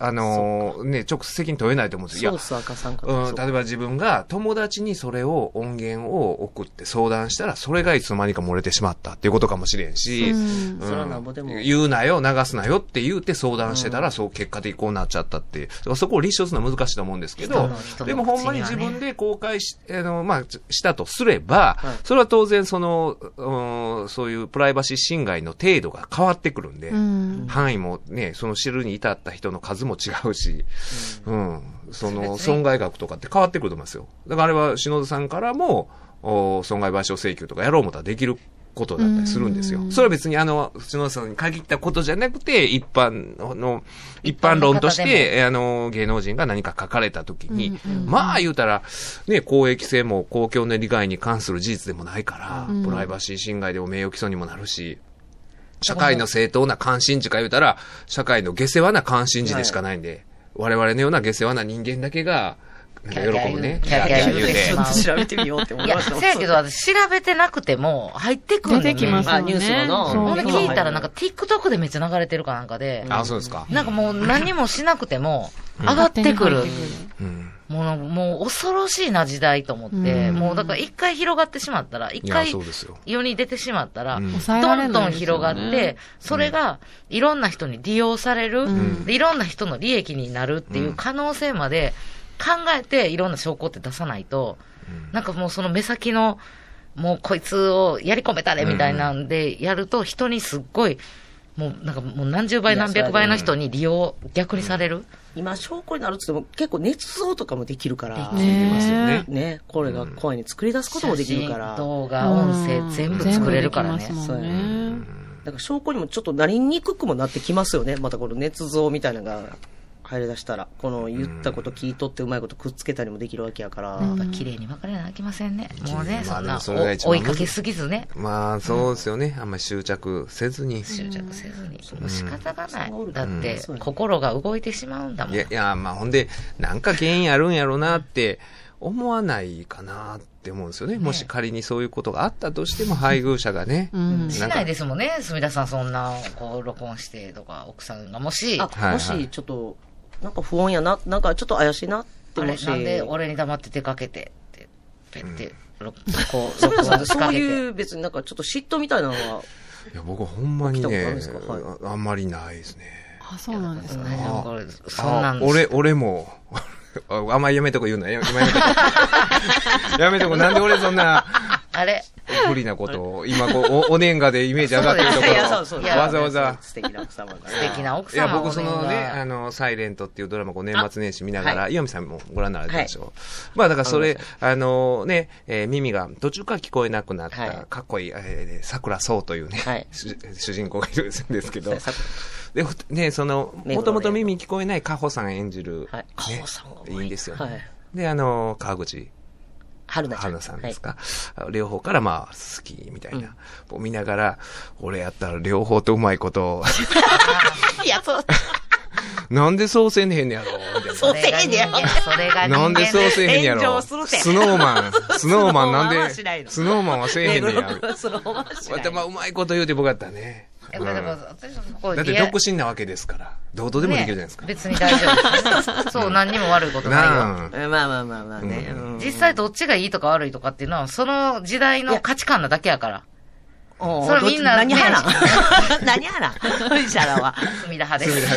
[SPEAKER 5] あのーね、直接的に問えないと思うんですよ。い
[SPEAKER 3] ソ
[SPEAKER 5] や
[SPEAKER 3] ース赤さんか
[SPEAKER 5] うん、例えば自分が友達にそれを音源を送って相談したら、それがいつの間にか漏れてしまったっていうことかもしれんし、
[SPEAKER 6] うん
[SPEAKER 3] それはなんぼでも
[SPEAKER 5] 言うなよ、流すなよって言うて相談してたら、そう結果的にこうなっちゃったっていう。だからそこを立証するのは難しいと思うんですけ
[SPEAKER 1] 人
[SPEAKER 5] ど
[SPEAKER 1] の人、の
[SPEAKER 5] でもほんまに
[SPEAKER 1] 口
[SPEAKER 5] 自
[SPEAKER 1] にはね
[SPEAKER 5] 分で公開し、あの、まあ、したとすれば、
[SPEAKER 3] はい
[SPEAKER 5] それは当然その、うんそういうプライバシー侵害の程度が変わってくるんで、
[SPEAKER 6] うん。
[SPEAKER 5] 範囲もね、その知るに至った人の数も違うし、うん、そ
[SPEAKER 1] そう
[SPEAKER 5] の
[SPEAKER 1] ですね
[SPEAKER 5] 損害額とかって変わってくると思いますよ。だからあれは篠田さんからも、お損害賠償請求とかやろうもたらできることだったりするんですよ
[SPEAKER 6] う。ん
[SPEAKER 5] それは別にあの、篠田さんに限ったことじゃなくて、一般の、一般論とし
[SPEAKER 1] 一般の方
[SPEAKER 5] て、あの、芸能人が何か書かれた時に、
[SPEAKER 6] うんうん
[SPEAKER 5] まあ言うたら、ね、公益性も公共の利害に関する事実でもないから、
[SPEAKER 6] うん
[SPEAKER 5] プライバシー侵害でも名誉毀損にもなるし、社会の正当な関心事か言うたら、社会の下世話な関心事でしかないんで、我々のような下世話な人間だけが、なんか喜ぶね。
[SPEAKER 1] キャーキャー言う
[SPEAKER 5] キャ
[SPEAKER 1] キャーキャー言うてし
[SPEAKER 5] ーキャー
[SPEAKER 1] まう
[SPEAKER 3] ちょっと調べてみようって思
[SPEAKER 1] い
[SPEAKER 3] い
[SPEAKER 1] や、
[SPEAKER 3] ました。
[SPEAKER 1] せやけど、私調べてなくても、入ってくる
[SPEAKER 6] 出
[SPEAKER 1] んだ
[SPEAKER 6] て
[SPEAKER 1] よ
[SPEAKER 6] きま
[SPEAKER 1] ね
[SPEAKER 6] すよ
[SPEAKER 3] まあニュース
[SPEAKER 6] ね。
[SPEAKER 3] はな
[SPEAKER 6] そう
[SPEAKER 1] ほんで聞いた
[SPEAKER 3] は
[SPEAKER 1] ら、なんか TikTok でめっちゃ流れてるかなんかで、
[SPEAKER 5] あ、そうですか。
[SPEAKER 1] なんかもう何もしなくても、上がってくる。
[SPEAKER 5] うん。
[SPEAKER 1] もの、もう恐ろしいな時代と思って、
[SPEAKER 6] うん
[SPEAKER 1] もうだから一回広がってしまったら、
[SPEAKER 5] い
[SPEAKER 1] 一
[SPEAKER 5] や、
[SPEAKER 1] 回
[SPEAKER 5] そうですよ。
[SPEAKER 1] 世に出てしまったら、
[SPEAKER 5] うん
[SPEAKER 6] 抑えら
[SPEAKER 1] ど
[SPEAKER 6] れ
[SPEAKER 1] んど
[SPEAKER 6] ない
[SPEAKER 1] ん
[SPEAKER 6] です
[SPEAKER 1] 広
[SPEAKER 6] よね
[SPEAKER 1] がって、それがいろんな人に利用される、
[SPEAKER 6] ん
[SPEAKER 1] でいろんな人の利益になるっていう可能性まで考えていろんな証拠って出さないと、なんかもうその目先の、もうこいつをやり込めたれみたいなんでやると人にすっごい、もうなんかもう何十倍何百倍の人に利用逆にされる。
[SPEAKER 3] 今、証拠になるって言っても結構捏造とかもできるから、
[SPEAKER 1] で
[SPEAKER 3] ね
[SPEAKER 5] 出ますよ
[SPEAKER 6] ね
[SPEAKER 5] ね
[SPEAKER 3] これが声に作り出すこともできるから、
[SPEAKER 1] 写真
[SPEAKER 3] だか
[SPEAKER 1] 動画、音声全部作れるからね。
[SPEAKER 6] 全部できますもんね
[SPEAKER 3] ら証拠にもちょっとなりにくくもなってきますよね。またこの捏造みたいなのが入り出したら、この言ったこと聞いとってうまいことくっつけたりもできるわけやから、
[SPEAKER 1] やっぱ綺麗に分かれなあきませんね。もうね、
[SPEAKER 5] ま
[SPEAKER 1] そ
[SPEAKER 5] あ
[SPEAKER 1] ん
[SPEAKER 5] でも
[SPEAKER 1] な
[SPEAKER 5] それが一
[SPEAKER 1] お追
[SPEAKER 5] 番
[SPEAKER 1] いかけすぎずね、
[SPEAKER 5] まあ、そうですよね。あんまり執着せずに。
[SPEAKER 1] 執着せずに。もう仕方がない。
[SPEAKER 3] うん
[SPEAKER 1] だって
[SPEAKER 3] うん、
[SPEAKER 1] 心が動いてしまうんだもん。
[SPEAKER 5] いや、いや、まあ、ほんで、なんか原因あるんやろうなって、思わないかなって思うんですよね。もし仮にそういうことがあったとしても、配偶者がね。
[SPEAKER 6] うん。
[SPEAKER 1] しないですもんね、墨田さん、そんな、こう、録音してとか、奥さんがもし、
[SPEAKER 3] あ
[SPEAKER 1] あ、
[SPEAKER 5] はい
[SPEAKER 3] もしちょっと、なんか不穏やな、なんかちょっと怪しいなっても
[SPEAKER 1] れ、
[SPEAKER 3] し、
[SPEAKER 1] なんで俺に黙って出かけて、って、ペッて、ろ こう、
[SPEAKER 3] サミ
[SPEAKER 1] 録
[SPEAKER 3] ラ
[SPEAKER 1] 音
[SPEAKER 3] さん
[SPEAKER 1] 仕
[SPEAKER 3] って
[SPEAKER 1] 掛
[SPEAKER 3] そ
[SPEAKER 1] け
[SPEAKER 3] う
[SPEAKER 1] て。
[SPEAKER 3] いう別になんかちょっと嫉妬みたいなのは、
[SPEAKER 5] いや、僕はほんまに
[SPEAKER 3] 起きたことあるん
[SPEAKER 5] ね
[SPEAKER 3] ですかは、
[SPEAKER 5] ああんまりないですね。
[SPEAKER 6] あ、そうなんですね。
[SPEAKER 1] なんかこれそんなん
[SPEAKER 5] あ俺、俺も、 ああんまりやめとこ言うな。や今やめとこ。やめとこ。なんで俺そんな
[SPEAKER 1] あれ
[SPEAKER 5] 不利なことを、今こう、お、お年賀でイメージ上がってるとこ
[SPEAKER 1] そうです
[SPEAKER 5] ろを
[SPEAKER 1] いや
[SPEAKER 3] そうそう。
[SPEAKER 5] わざわざ。
[SPEAKER 3] 素敵な奥様が。
[SPEAKER 1] 素敵な奥
[SPEAKER 5] いや、
[SPEAKER 1] 様
[SPEAKER 5] 僕そのね、
[SPEAKER 1] お願
[SPEAKER 5] あ
[SPEAKER 1] い
[SPEAKER 5] の、サイレントっていうドラマを年末年始見なが
[SPEAKER 3] あは
[SPEAKER 5] ら、岩見さんもご覧になられたでしょう。まあだからそれ、あのね、えー耳が途中から聞こえなくなっ
[SPEAKER 3] はい
[SPEAKER 5] た、かっこいい、えー桜そうというね
[SPEAKER 3] はい、
[SPEAKER 5] 主主人公がいるんですけど
[SPEAKER 3] さ、
[SPEAKER 5] で、ほね、その、
[SPEAKER 3] 目
[SPEAKER 5] も
[SPEAKER 3] 黒蓮
[SPEAKER 5] ともと耳聞こえないカホさん演じる
[SPEAKER 3] はい、
[SPEAKER 5] ね
[SPEAKER 3] カホさんが多い
[SPEAKER 5] いいんですよ
[SPEAKER 3] は
[SPEAKER 5] ね
[SPEAKER 3] い。
[SPEAKER 5] で、あの、川口。
[SPEAKER 3] 春菜ちゃん。
[SPEAKER 5] 春菜さんですか、両方からまあ好きみたいな、こう見ながら、俺やったら両方とうまいことを
[SPEAKER 3] はい。いや、そう、
[SPEAKER 5] なんでそうせんねへんねやろみたいな。
[SPEAKER 3] そうせえねやろ。
[SPEAKER 1] それが人間
[SPEAKER 5] なんでそうせえへんや
[SPEAKER 3] 炎上
[SPEAKER 5] ろ。
[SPEAKER 3] するて
[SPEAKER 5] スノーマン、スノーマンなん
[SPEAKER 3] スノーマンはし ない
[SPEAKER 5] で、
[SPEAKER 3] の
[SPEAKER 5] スノーマンはせえへんねや ろ。
[SPEAKER 3] そのまましない。
[SPEAKER 5] まあうまいこと言うて僕やったね。
[SPEAKER 1] えまあでも
[SPEAKER 5] うん
[SPEAKER 1] 私のここ
[SPEAKER 5] だって独身なわけですから、どうとでもできるじゃないですか。
[SPEAKER 1] ね別に大丈 夫です。そう、何にも悪いことないよ。
[SPEAKER 5] なあ。
[SPEAKER 3] えまあまあまあまあね。
[SPEAKER 5] うん
[SPEAKER 3] うん
[SPEAKER 1] 実際どっちがいいとか悪いとかっていうのは、その時代の価値観なだけやから。
[SPEAKER 3] おう
[SPEAKER 1] それみんな
[SPEAKER 3] どっち何払ん何払ん藤原 は。
[SPEAKER 1] 隅田派です。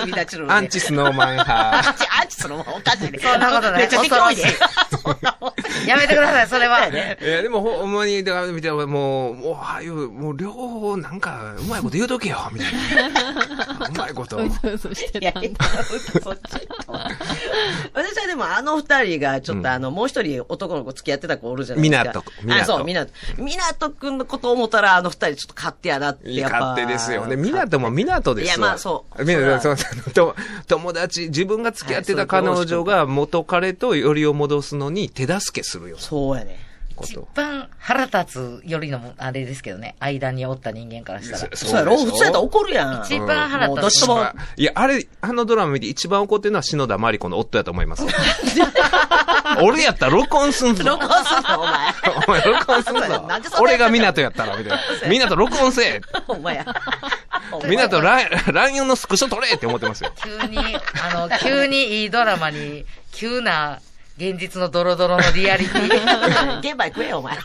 [SPEAKER 3] 杉田千郎ね
[SPEAKER 5] アンチスノーマン
[SPEAKER 3] ア
[SPEAKER 5] 派。
[SPEAKER 3] ンチ、アンチそのままおかしいね。
[SPEAKER 1] そんなことない
[SPEAKER 3] めっちゃ適当いで。
[SPEAKER 1] やめてください、それは。
[SPEAKER 5] いや、でもほほんまに、だから見て、もう、もう、ああいう、もう両方、なんか、うまいこと言うとけよ、みたいな。うまいこと。
[SPEAKER 4] そうそうして
[SPEAKER 3] いや
[SPEAKER 4] たんだ
[SPEAKER 3] いやそっちとは私はでもあの二人がちょっとあの、もう一人男の子付き合ってた子おるじゃないですか。
[SPEAKER 5] 湊君湊
[SPEAKER 3] あ、そう、港。港くんのこと思ったらあの二人ちょっと勝手やなって
[SPEAKER 5] い
[SPEAKER 3] や
[SPEAKER 5] や
[SPEAKER 3] っぱ。
[SPEAKER 5] 勝手ですよね。港も港ですわ。
[SPEAKER 3] いやまあそう
[SPEAKER 5] みな
[SPEAKER 3] そ
[SPEAKER 5] そううと友達、自分が付き合ってた彼女が元彼とよりを戻すのに手助けするような
[SPEAKER 3] そうやね。
[SPEAKER 5] こ
[SPEAKER 1] 一
[SPEAKER 5] と。
[SPEAKER 1] 番腹立つよりのも、あれですけどね、間におった人間からしたら。
[SPEAKER 3] そうやろ普通やったら怒るやん。
[SPEAKER 1] 一番腹
[SPEAKER 3] もうどっ
[SPEAKER 1] 立
[SPEAKER 3] ち
[SPEAKER 1] つ。
[SPEAKER 3] とも。
[SPEAKER 5] いや、あれ、あのドラマ見て一番怒ってるのは篠田麻里子の夫やと思 います。俺やったら録音すんぞ。
[SPEAKER 3] どうすんのお前。
[SPEAKER 5] お前録音すんぞ
[SPEAKER 3] なんでそんなやつやった。
[SPEAKER 5] 俺が港やったら、みたいな。港録音せえ。
[SPEAKER 3] お前 や。お前
[SPEAKER 5] 港ライン LINE のスクショ撮れって思ってますよ。
[SPEAKER 1] 急に、あの、急にいいドラマに、急な現実のドロドロのリアリティ。
[SPEAKER 3] 玄米食えよ、お前。
[SPEAKER 5] っ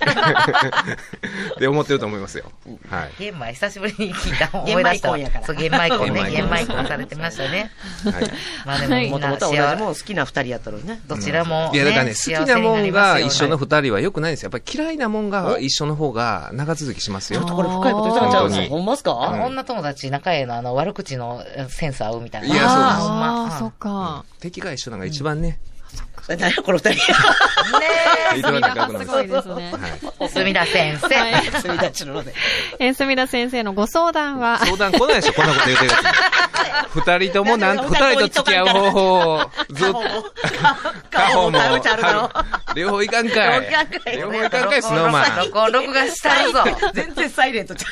[SPEAKER 5] て思ってると思いますよ。はい。
[SPEAKER 1] 玄米、久しぶりに聞いた思い出したわ
[SPEAKER 3] 玄米婚やから
[SPEAKER 1] そう、玄米婚ね。玄
[SPEAKER 5] 玄
[SPEAKER 1] 米
[SPEAKER 5] 米婚
[SPEAKER 1] 婚されてましたね。
[SPEAKER 5] はい
[SPEAKER 1] まあでもみ
[SPEAKER 3] も
[SPEAKER 1] ん
[SPEAKER 3] とも
[SPEAKER 1] な
[SPEAKER 3] と同じもん
[SPEAKER 1] 幸
[SPEAKER 3] 好きな二人やったのにね。
[SPEAKER 1] どちらも、
[SPEAKER 5] い
[SPEAKER 1] ね。
[SPEAKER 5] や、だからね、
[SPEAKER 1] 幸
[SPEAKER 5] 好
[SPEAKER 1] せ
[SPEAKER 5] きなもんが
[SPEAKER 1] にりま
[SPEAKER 5] 一
[SPEAKER 1] す
[SPEAKER 5] 緒
[SPEAKER 1] よ
[SPEAKER 5] の二人は良くないんですよ。やっぱり嫌いなもんが一緒の方が長続きしますよ。
[SPEAKER 3] これ深いこと言ってたんちゃうんですか
[SPEAKER 5] 本当に
[SPEAKER 3] ほんます
[SPEAKER 1] あ
[SPEAKER 3] か
[SPEAKER 1] の女友達仲ええのあの悪口のセンス合うみたいな。
[SPEAKER 5] いやそうです
[SPEAKER 1] ほんま
[SPEAKER 4] ああ、そっか。
[SPEAKER 5] 敵が一緒なんか一番ね、
[SPEAKER 3] え何やこの二 人。
[SPEAKER 5] いろんな
[SPEAKER 4] あ
[SPEAKER 5] 額な
[SPEAKER 4] す
[SPEAKER 5] んです
[SPEAKER 4] ご
[SPEAKER 5] よ。
[SPEAKER 4] いですね。
[SPEAKER 5] はい
[SPEAKER 1] 隅田先生。
[SPEAKER 4] はい。
[SPEAKER 3] すみだちので。
[SPEAKER 4] えー、すみだ先生のご相談は、
[SPEAKER 5] 相談来ないでしょ、こんなこと言うてるやつ。二人ともなん、
[SPEAKER 3] なん
[SPEAKER 5] 二
[SPEAKER 3] で
[SPEAKER 5] 人と付き合う方法を、ずっ
[SPEAKER 3] カ
[SPEAKER 5] と、
[SPEAKER 3] ホも
[SPEAKER 5] カホ
[SPEAKER 3] カホもあるだろ
[SPEAKER 5] はい両方いかんか
[SPEAKER 3] 両方いかんかい
[SPEAKER 5] い。両方いかんかい、スノーマン。
[SPEAKER 1] 録音録画したるぞ。
[SPEAKER 3] 全然サイレントちゃ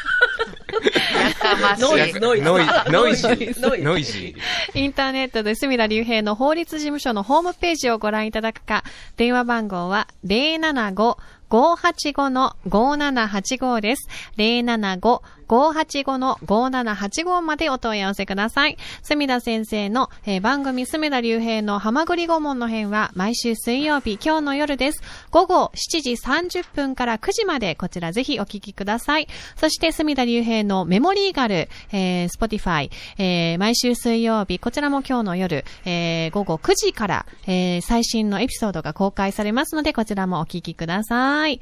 [SPEAKER 1] やかまし
[SPEAKER 3] ノイ
[SPEAKER 1] い
[SPEAKER 3] ズ。ノイズ
[SPEAKER 5] ノイノイジ
[SPEAKER 3] ノイズノイズ
[SPEAKER 5] ー。ノイジー。
[SPEAKER 4] インターネットで隅田隆平の法律事務所のホームページをご覧いただくか、電話番号は075-585-5785です。075-585-5785までお問い合わせください。隅田先生の、えー番組隅田隆平のハマグリ顧問の編は毎週水曜日今日の夜です。午後7時30分から9時までこちらぜひお聞きください。そして隅田隆平のメモリーガル、えー、Spotify、えー、毎週水曜日、こちらも今日の夜、えー、午後9時から、えー、最新のエピソードが公開されますので、こちらもお聞きください。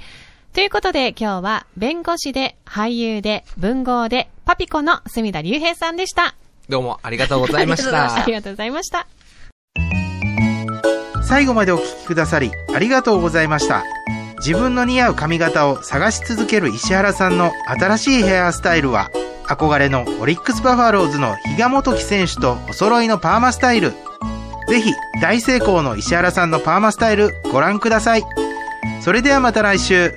[SPEAKER 4] ということで、今日は弁護士で、俳優で、文豪で、パピコの隅田隆平さんでした。
[SPEAKER 5] どうもありがとうございました
[SPEAKER 4] あ。りがとうございました。
[SPEAKER 2] 最後までお聞きくださりありがとうございました自分の似合う髪型を探し続ける石原さんの新しいヘアスタイルは憧れのオリックスバファローズの比嘉元樹選手とお揃いのパーマスタイルぜひ大成功の石原さんのパーマスタイルご覧くださいそれではまた来週